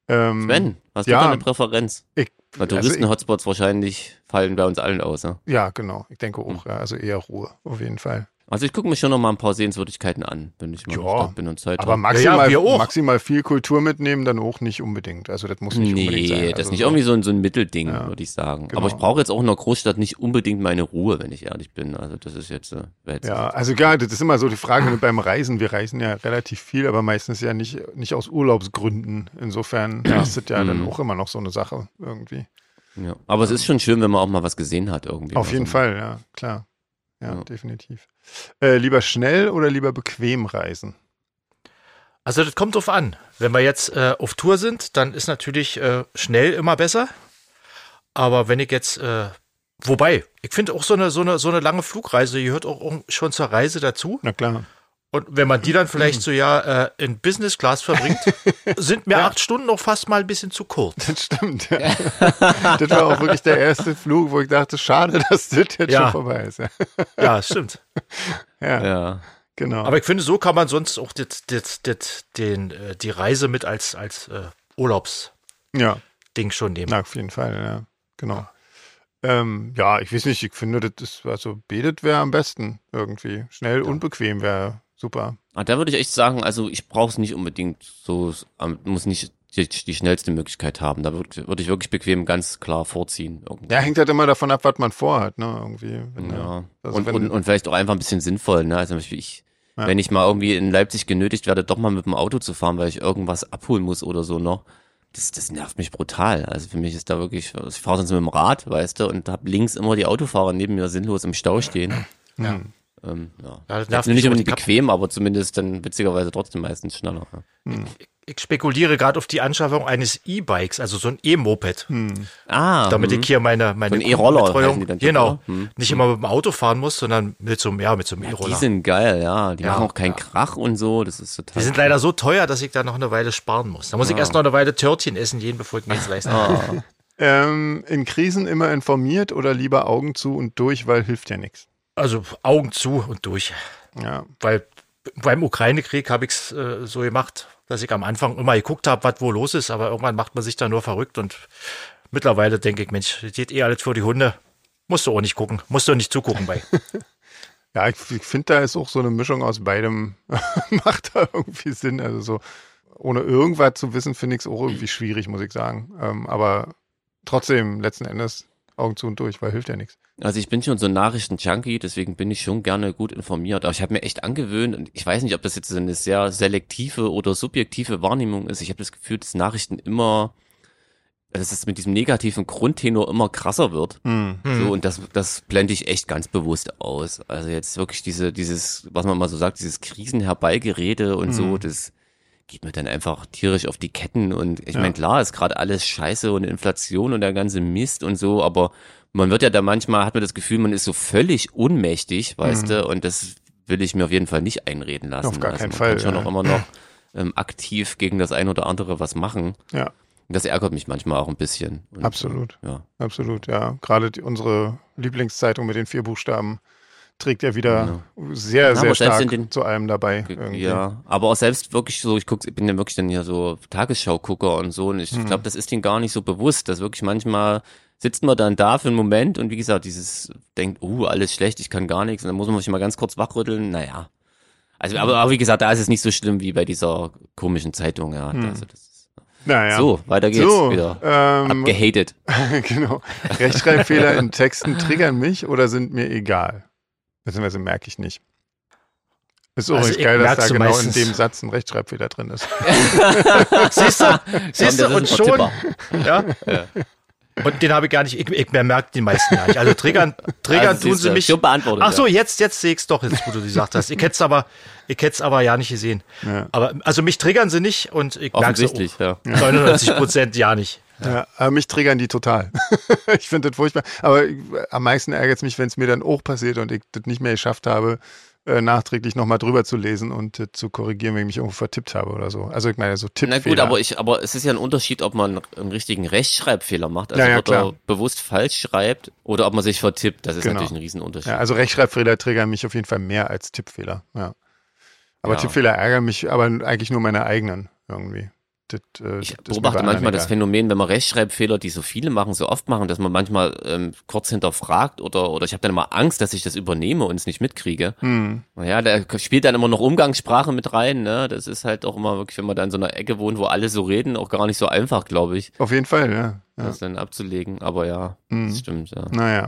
Ähm,
Ben, hast
Ja.
du da eine Präferenz?
Ich,
Weil
also ich,
Touristen-Hotspots wahrscheinlich fallen bei uns allen aus, ne?
ja, genau. Ich denke auch. Ja, also eher Ruhe, auf jeden Fall.
Also ich gucke mir schon noch mal ein paar Sehenswürdigkeiten an, wenn ich mal in der
Ja,
Stadt bin und Zeit
Aber
habe.
Ja,
maximal,
ja, wir auch.
maximal viel Kultur mitnehmen, dann auch nicht unbedingt. Also das muss nicht unbedingt sein.
Nee,
Also
das ist nicht
so.
irgendwie so ein, so ein Mittelding, würde ich sagen.
genau.
Aber ich brauche jetzt auch in der Großstadt nicht unbedingt meine Ruhe, wenn ich ehrlich bin. Also das ist jetzt, äh, wär jetzt
Ja, also ja, das ist immer so die Frage mit beim Reisen. Wir reisen ja relativ viel, aber meistens ja nicht, nicht aus Urlaubsgründen. Insofern ist das ja dann auch immer noch so eine Sache irgendwie.
Ja. Aber es ist schon schön, wenn man auch mal was gesehen hat irgendwie.
Auf
Mal
jeden
so.
Fall, ja, klar. Ja,
Ja.
definitiv. Äh, lieber schnell oder lieber bequem reisen?
Also das kommt drauf an. Wenn wir jetzt äh, auf Tour sind, dann ist natürlich äh, schnell immer besser. Aber wenn ich jetzt, äh, wobei, ich finde auch so eine, so, eine, so eine lange Flugreise gehört auch auch schon zur Reise dazu.
Na klar.
Und wenn man die dann
Mhm.
vielleicht so ja äh, in Business Class verbringt, sind mir acht Stunden auch fast mal ein bisschen zu kurz.
Das stimmt. Ja. das war auch wirklich der erste Flug, wo ich dachte, schade, dass das jetzt
Ja.
schon vorbei ist. Ja,
Ja, stimmt.
ja,
Ja.
genau.
Aber ich finde, so kann man sonst auch das, das, das, den, äh, die Reise mit als, als äh, Urlaubsding
ja.
schon nehmen.
Na, auf jeden Fall, ja. Genau. Ähm, ja, ich weiß nicht, ich finde, das ist, also betet wäre am besten irgendwie. Schnell und bequem wäre super.
Ah, da würde ich echt sagen, also ich brauche es nicht unbedingt so, es, ähm, muss nicht die, die schnellste Möglichkeit haben. Da würde würd ich wirklich bequem ganz klar vorziehen. Irgendwie.
Ja, hängt halt immer davon ab, was man vorhat, ne? Irgendwie. Wenn,
Ja.
Also
und,
wenn-
und, und vielleicht auch einfach ein bisschen sinnvoll, ne? Also zum Beispiel ich, wenn ich mal irgendwie in Leipzig genötigt werde, doch mal mit dem Auto zu fahren, weil ich irgendwas abholen muss oder so noch. Das, das nervt mich brutal. Also für mich ist da wirklich, ich fahre sonst mit dem Rad, weißt du, und hab links immer die Autofahrer neben mir sinnlos im Stau stehen.
Ja.
Ähm, ja.
das nervt
Jetzt
mich
nicht
immer, die
unbedingt
Kap-
bequem, aber zumindest dann witzigerweise trotzdem meistens schneller. Ja.
Ich spekuliere gerade auf die Anschaffung eines E-Bikes, also so ein E-Moped,
Ah,
damit
hm.
ich hier meine, meine
So ein E-Roller
Kundenbetreuung-
heißen die dann,
genau,
oder? Hm.
nicht immer mit dem Auto fahren muss, sondern mit so einem, ja, mit so einem
die
E-Roller. Die,
sind geil, ja. Die
Ja,
machen auch keinen Krach und so. Das ist total.
sind leider so teuer, dass ich da noch eine Weile sparen muss. Da muss ich erst noch eine Weile Törtchen essen, jeden bevor ich mir jetzt leisten kann.
ah.
Ähm, in Krisen immer informiert oder lieber Augen zu und durch, weil hilft ja nichts.
Also Augen zu und durch.
Ja.
weil beim Ukraine-Krieg habe ich es äh, so gemacht, dass ich am Anfang immer geguckt habe, was wo los ist, aber irgendwann macht man sich da nur verrückt und mittlerweile denke ich, Mensch, das geht eh alles für die Hunde. Musst du auch nicht gucken, musst du nicht zugucken bei.
Ja, ich, ich finde, da ist auch so eine Mischung aus beidem, macht da irgendwie Sinn. Also so, ohne irgendwas zu wissen, finde ich es auch irgendwie schwierig, muss ich sagen. Ähm, aber trotzdem, letzten Endes, Augen zu und durch, weil hilft ja nichts.
Also ich bin schon so ein Nachrichten-Junkie, deswegen bin ich schon gerne gut informiert. Aber ich habe mir echt angewöhnt und ich weiß nicht, ob das jetzt so eine sehr selektive oder subjektive Wahrnehmung ist. Ich habe das Gefühl, dass Nachrichten immer, dass es mit diesem negativen Grundtenor immer krasser wird.
Mhm.
So, und das, das blende ich echt ganz bewusst aus. Also jetzt wirklich diese, dieses, was man mal so sagt, dieses Krisenherbeigerede und so,
Mhm.
das geht mir dann einfach tierisch auf die Ketten und ich meine, klar ist gerade alles scheiße und Inflation und der ganze Mist und so, aber man wird ja da manchmal, hat man das Gefühl, man ist so völlig ohnmächtig, weißt du, und das will ich mir auf jeden Fall nicht einreden lassen.
Mhm. Auf gar
also
keinen
man
Fall,
kann schon
ja.
auch immer noch ähm, aktiv gegen das ein oder andere was machen.
Ja,
Und Das ärgert mich manchmal auch ein bisschen. Und,
absolut.
Ja.
Absolut, ja. Gerade die, unsere Lieblingszeitung mit den vier Buchstaben trägt ja wieder sehr,
Ja,
sehr
aber selbst
stark
in den-
zu allem dabei. Irgendwie.
Ja, aber auch selbst wirklich so, ich guck, ich bin ja wirklich dann hier so Tagesschau-Gucker und so und ich
Hm.
glaube, das ist denen gar nicht so bewusst, dass wirklich manchmal sitzt man dann da für einen Moment und wie gesagt, dieses denkt, uh, alles schlecht, ich kann gar nichts und dann muss man sich mal ganz kurz wachrütteln, naja. Also, aber, aber wie gesagt, da ist es nicht so schlimm wie bei dieser komischen Zeitung, ja. Also, das ist,
Naja.
So, weiter geht's
Hm. So,
wieder.
ähm,
Abgehatet.
genau. Rechtschreibfehler in Texten triggern mich oder sind mir egal. Beziehungsweise merke ich nicht. Ist übrigens
ich
geil, dass da
merk's
genau
meistens.
in dem Satz ein Rechtschreibfehler drin ist.
Siehst du? Siehst du?
Komm,
Und
das ist ein
schon.
Vertipper.
Ja? Und den habe ich gar nicht, ich, ich merke den meisten gar nicht. Also triggern, triggern
Also
tun
siehst
sie
du,
mich.
schon beantwortet,
Ach so, jetzt, jetzt sehe ich's doch, jetzt wo du gesagt hast. Ich hätte es aber, ich hätte es aber ja nicht gesehen. Aber, also mich triggern sie nicht und ich merke
Offensichtlich,
es
ja.
99 Prozent ja nicht.
Ja, aber mich triggern die total. ich finde das furchtbar. Aber ich- am meisten ärgert es mich, wenn es mir dann auch passiert und ich das nicht mehr geschafft habe, äh, nachträglich nochmal drüber zu lesen und äh, zu korrigieren, wenn ich mich irgendwo vertippt habe oder so. Also ich meine, so
Na
Tippfehler.
gut, aber, ich, aber es ist ja ein Unterschied, ob man einen richtigen Rechtschreibfehler macht, also
Ja, ja,
ob er
klar.
bewusst falsch schreibt oder ob man sich vertippt. Das ist
Genau.
natürlich ein Riesenunterschied.
ja, also Rechtschreibfehler triggern mich auf jeden Fall mehr als Tippfehler. Ja. Aber
Ja.
Tippfehler ärgern mich, aber eigentlich nur meine eigenen irgendwie. Das, äh, das ist
Ich
mir bei
beobachte
anderen
manchmal das
egal.
Phänomen, wenn man Rechtschreibfehler, die so viele machen, so oft machen, dass man manchmal ähm, kurz hinterfragt oder, oder ich habe dann immer Angst, dass ich das übernehme und es nicht mitkriege.
Hm.
Naja, da spielt dann immer noch Umgangssprache mit rein. Ne? Das ist halt auch immer wirklich, wenn man da in so einer Ecke wohnt, wo alle so reden, auch gar nicht so einfach, glaube ich,
Auf jeden Fall, ja. ja.
das dann abzulegen. Aber ja,
Hm.
das stimmt. Ja.
Naja.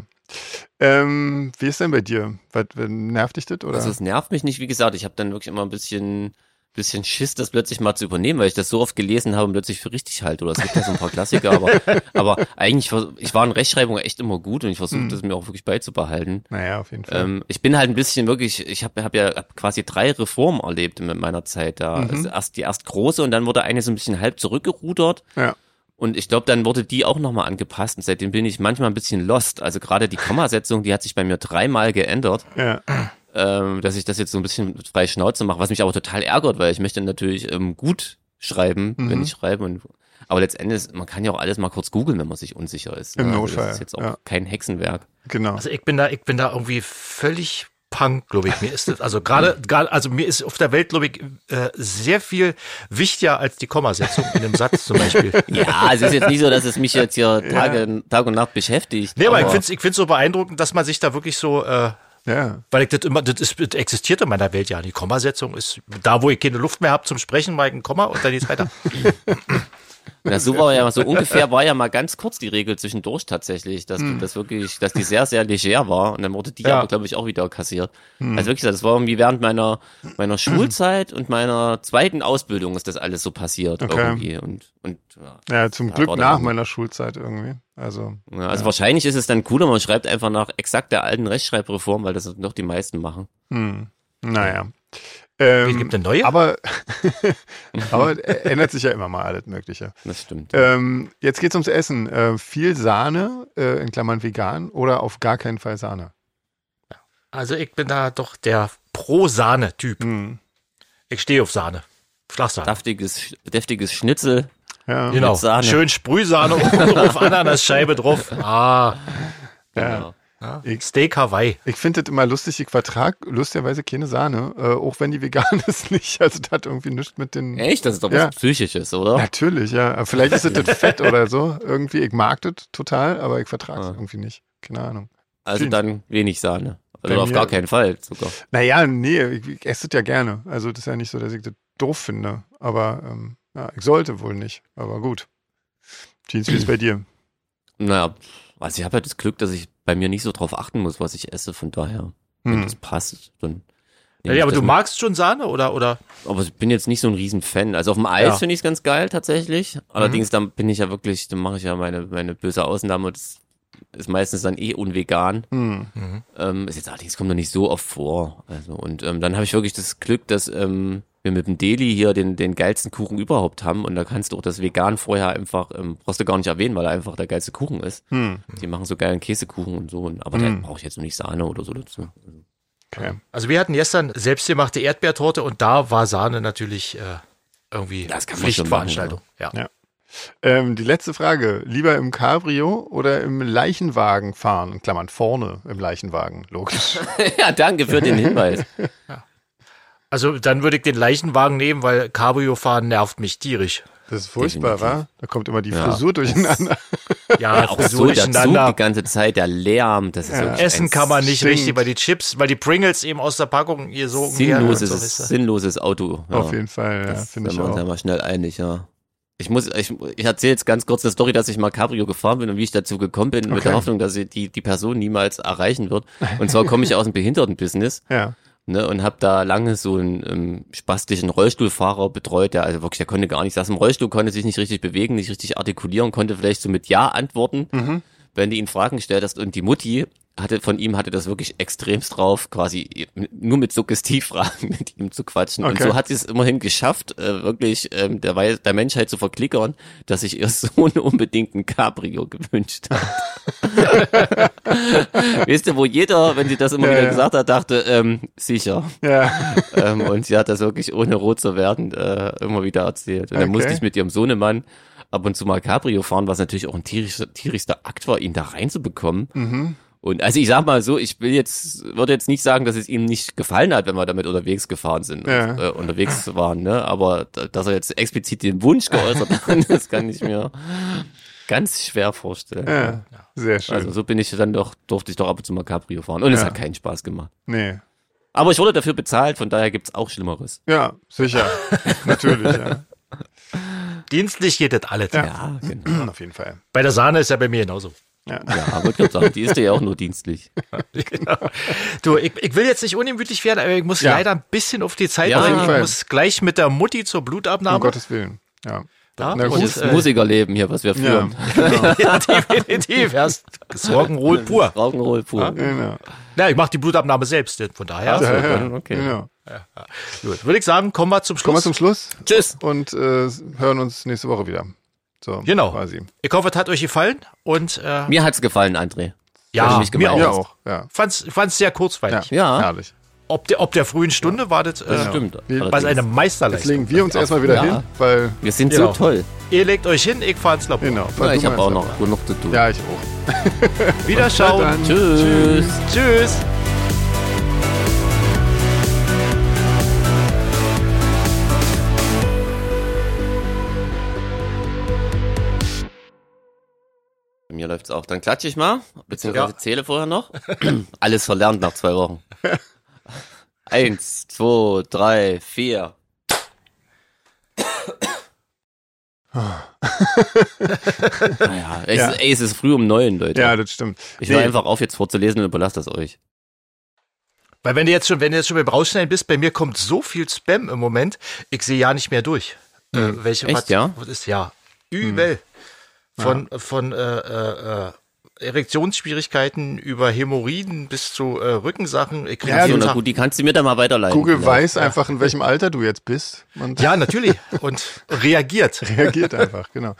Ähm, wie ist denn bei dir? Was, nervt dich das? Oder?
Also es nervt mich nicht, wie gesagt, ich habe dann wirklich immer ein bisschen bisschen Schiss, das plötzlich mal zu übernehmen, weil ich das so oft gelesen habe und plötzlich für richtig halte. Oder es gibt ja so ein paar Klassiker, aber, aber eigentlich, vers- ich war in Rechtschreibung echt immer gut und ich versuche das mir auch wirklich beizubehalten.
naja, auf jeden Fall.
Ähm, ich bin halt ein bisschen wirklich, ich habe hab ja hab quasi drei Reformen erlebt mit meiner Zeit da. Also erst die erst große und dann wurde eine so ein bisschen halb zurückgerudert.
ja.
Und ich glaube, dann wurde die auch nochmal angepasst und seitdem bin ich manchmal ein bisschen lost. Also gerade die Kommasetzung, die hat sich bei mir dreimal geändert
Ja,
ähm, dass ich das jetzt so ein bisschen mit freie Schnauze mache, was mich aber total ärgert, weil ich möchte natürlich ähm, gut schreiben,
Mhm.
wenn ich schreibe. Und, aber letztendlich, man kann ja auch alles mal kurz googeln, wenn man sich unsicher ist.
Im
Also
Notfall,
Das ist jetzt auch
ja.
kein Hexenwerk.
genau.
Also ich bin da, ich bin da irgendwie völlig Punk, glaube ich. Mir ist das, also gerade, gerade, also mir ist auf der Welt, glaube ich, äh, sehr viel wichtiger als die Kommasetzung in einem Satz zum Beispiel.
Ja, es ist jetzt nicht so, dass es mich jetzt hier Tage, Tag und Nacht beschäftigt.
Nee, aber, ich finde es ich find's so beeindruckend, dass man sich da wirklich so, äh,
Ja.
weil ich das immer, das, ist, das existiert in meiner Welt ja. Die Kommasetzung ist da, wo ich keine Luft mehr habe zum Sprechen, mal ein Komma und dann geht's weiter.
Na, so war ja so ungefähr war ja mal ganz kurz die Regel zwischendurch tatsächlich, dass
Hm.
das wirklich, dass die sehr, sehr leger war und dann wurde die
Ja.
aber, glaube ich, auch wieder kassiert.
Hm.
Also wirklich, das war irgendwie während meiner meiner Schulzeit und meiner zweiten Ausbildung ist das alles so passiert
Okay.
irgendwie. Und, und ja.
Ja, zum
Ja, ähm,
Glück
war der
nach
Hammer.
meiner Schulzeit irgendwie. Also,
Ja, also wahrscheinlich ist es dann cooler, man schreibt einfach nach exakt der alten Rechtschreibreform, weil das noch die meisten machen.
hm, naja.
Es
Ähm,
gibt eine neue.
aber, aber ä- ändert sich ja immer mal alles Mögliche.
Das stimmt.
Ähm, jetzt geht's ums Essen. Äh, viel Sahne, äh, in Klammern vegan, oder auf gar keinen Fall Sahne.
Also ich bin da doch der Pro-Sahne-Typ.
Hm.
Ich stehe auf Sahne. Flachsahne.
Deftiges, deftiges Schnitzel.
Ja.
Genau.
mit Sahne.
Schön Sprühsahne und auf Ananasscheibe drauf. Ah,
Genau.
ja. Steak Hawaii.
Ich finde das immer lustig, ich vertrag lustigerweise keine Sahne, äh, auch wenn die vegan ist nicht. Also das hat irgendwie nichts mit den.
Echt? Das ist doch
Ja.
was Psychisches, oder?
Natürlich, ja. Aber Vielleicht ist es das Fett oder so. Irgendwie, ich mag das total, aber ich vertrage es irgendwie nicht. Keine Ahnung.
Also dann wenig Sahne.
Bei
Oder auf
mir-
gar keinen Fall sogar.
Naja, nee, ich, ich esse das ja gerne. Also das ist ja nicht so, dass ich das doof finde. Aber ähm, ja, ich sollte wohl nicht. Aber gut. Jeans, wie ist bei dir?
Naja, also ich habe halt das Glück, dass ich bei mir nicht so drauf achten muss, was ich esse, von daher, wenn
Hm.
das passt, dann.
Ja,
nehm ich
aber
das
du
mit.
magst schon Sahne oder? oder?
Aber ich bin jetzt nicht so ein Riesenfan. Also auf dem Eis
Ja. Mhm.
finde ich es ganz geil tatsächlich. Allerdings dann bin ich ja wirklich, dann mache ich ja meine, meine böse Ausnahme. Das ist meistens dann eh unvegan.
Hm.
Ähm, ist jetzt allerdings kommt noch nicht so oft vor. Also und ähm, dann habe ich wirklich das Glück, dass ähm, wir mit dem Deli hier den, den geilsten Kuchen überhaupt haben. Und da kannst du auch das Vegan vorher einfach, ähm, brauchst du gar nicht erwähnen, weil er einfach der geilste Kuchen ist.
Hm.
Die machen so geilen Käsekuchen und so, und, aber
Mhm.
da brauche ich jetzt noch nicht Sahne oder so dazu.
Okay.
Also wir hatten gestern selbstgemachte Erdbeertorte und da war Sahne natürlich äh, irgendwie
Das kann man schon machen,
Pflichtveranstaltung. ja.
Ähm, die letzte Frage. Lieber im Cabrio oder im Leichenwagen fahren? In Klammern vorne im Leichenwagen, logisch.
ja, danke für den Hinweis.
Also dann würde ich den Leichenwagen nehmen, weil Cabrio fahren nervt mich tierisch.
Das ist furchtbar,
Definitiv.
wa? Da kommt immer die
Ja.
Frisur durcheinander.
Ja,
Auch
Frisur
so der Zug
durcheinander.
die ganze Zeit, der Lärm, das ist wirklich ein
Essen kann man nicht
Stinkt.
richtig, weil die Chips, weil die Pringles eben aus der Packung hier so
sinnloses,
umher- so, weißt du?
sinnloses Auto. Ja.
Auf jeden Fall, ja,
Sind
finde ich
wir uns
auch.
ja mal schnell einig, ja. Ich muss, ich, ich erzähle jetzt ganz kurz eine Story, dass ich mal Cabrio gefahren bin und wie ich dazu gekommen bin, mit der Hoffnung, dass ich die, die Person niemals erreichen wird. Und zwar komme ich aus dem Behindertenbusiness
Ja.
ne, und habe da lange so einen ähm, spastischen Rollstuhlfahrer betreut, der also wirklich, der konnte gar nichts, saß im Rollstuhl, konnte sich nicht richtig bewegen, nicht richtig artikulieren, konnte vielleicht so mit Ja antworten,
Mhm.
wenn du ihn Fragen gestellt hast und die Mutti hatte von ihm hatte das wirklich extremst drauf, quasi nur mit Suggestivfragen mit ihm zu quatschen. Und
Okay.
so hat sie es immerhin geschafft, äh, wirklich ähm, der, Wei- der Menschheit zu verklickern, dass sich ihr Sohn unbedingt ein Cabrio gewünscht hat. Wisst ihr, wo jeder, wenn sie das immer
Ja,
wieder
ja.
gesagt hat, dachte, ähm, sicher.
Ja.
ähm, und sie hat das wirklich ohne rot zu werden äh, immer wieder erzählt. Und dann
Okay.
musste ich mit ihrem Sohnemann ab und zu mal Cabrio fahren, was natürlich auch ein tierischer, tierischster Akt war, ihn da reinzubekommen.
Mhm.
Und also ich sag mal so, ich will jetzt, würde jetzt nicht sagen, dass es ihm nicht gefallen hat, wenn wir damit unterwegs gefahren sind, und,
Ja.
äh, unterwegs waren, ne? Aber da- dass er jetzt explizit den Wunsch geäußert hat, das kann ich mir ganz schwer vorstellen.
ja. Sehr schön.
Also so bin ich dann doch, durfte ich doch ab und zu mal Cabrio fahren. Und es hat keinen Spaß gemacht.
nee.
Aber ich wurde dafür bezahlt, von daher gibt's auch Schlimmeres.
Ja, sicher. Natürlich, ja.
Dienstlich geht das alles.
Ja, genau.
Auf jeden Fall.
Bei der Sahne ist ja bei mir genauso.
Ja, Ah, wollte gerade sagen, die ist ja auch nur dienstlich.
Genau. Du, ich, ich will jetzt nicht unermüdlich werden, aber ich muss
Ja.
leider ein bisschen auf die Zeit
Ja, auf
bringen.
jeden
Ich
Fall.
muss gleich mit der Mutti zur
Um
Blutabnahme.
Gottes Willen. Ja.
Ja,
Na
und
gut.
Das
jetzt,
ist
äh,
Musikerleben hier, was wir
Ja,
führen.
genau.
ja, definitiv. Erst ist Rock'n'Roll pur.
Rock'n'Roll pur.
genau.
Ja, ich mache die Blutabnahme selbst, ne? von daher.
Also,
ja.
dann, okay.
genau.
Gut, würde ich sagen, kommen wir zum Schluss.
Kommen wir zum Schluss
Tschüss.
und äh, hören uns nächste Woche wieder. So,
Genau.
quasi.
Ich hoffe, es hat euch gefallen und äh,
Mir hat's gefallen, André.
ja,
mich
mir
gemeint.
auch.
Ja, auch. Ja.
Fand's, fand's sehr kurzweilig.
Ja.
Herrlich.
Ob, der, ob der frühen Stunde war das,
Das
äh,
stimmt.
Wie-
was eine
Allerdings.
Jetzt
Meisterleistung.
legen wir uns erstmal wieder
Ja.
hin, weil,
Wir sind
Genau.
so toll.
Ihr legt euch hin, ich fahr ins Labor.
genau.
Ja,
weil
ich
du
habe auch
meinst,
noch genug zu tun.
Ja, ich auch.
Wiederschauen.
Dann-
Tschüss.
Tschüss.
Bei mir läuft's auch. Dann klatsche ich mal, beziehungsweise
Ja.
zähle vorher noch. Alles verlernt nach zwei Wochen. Eins, zwei, drei, vier. naja, es,
Ja.
Ist, ey, es ist früh um neun, Leute.
Ja, das stimmt.
ich höre
Nee.
einfach auf, jetzt vorzulesen und überlasse das euch.
Weil wenn du jetzt schon, wenn du jetzt schon beim Rausschneiden bist, bei mir kommt so viel Spam im Moment, ich sehe ja nicht mehr durch. Äh, welche
Hm. Echt,
was,
ja? Hm.
was ist ja übel. Von, von äh, äh, äh, Erektionsschwierigkeiten über Hämorrhoiden bis zu äh, Rückensachen. Ich krieg
Ja,
jeden
so, na
Tag-
gut, die kannst du mir dann mal weiterleiten. ne?
Google
vielleicht.
weiß einfach, in welchem Alter du jetzt bist und
ja, natürlich. Und reagiert.
reagiert einfach, genau.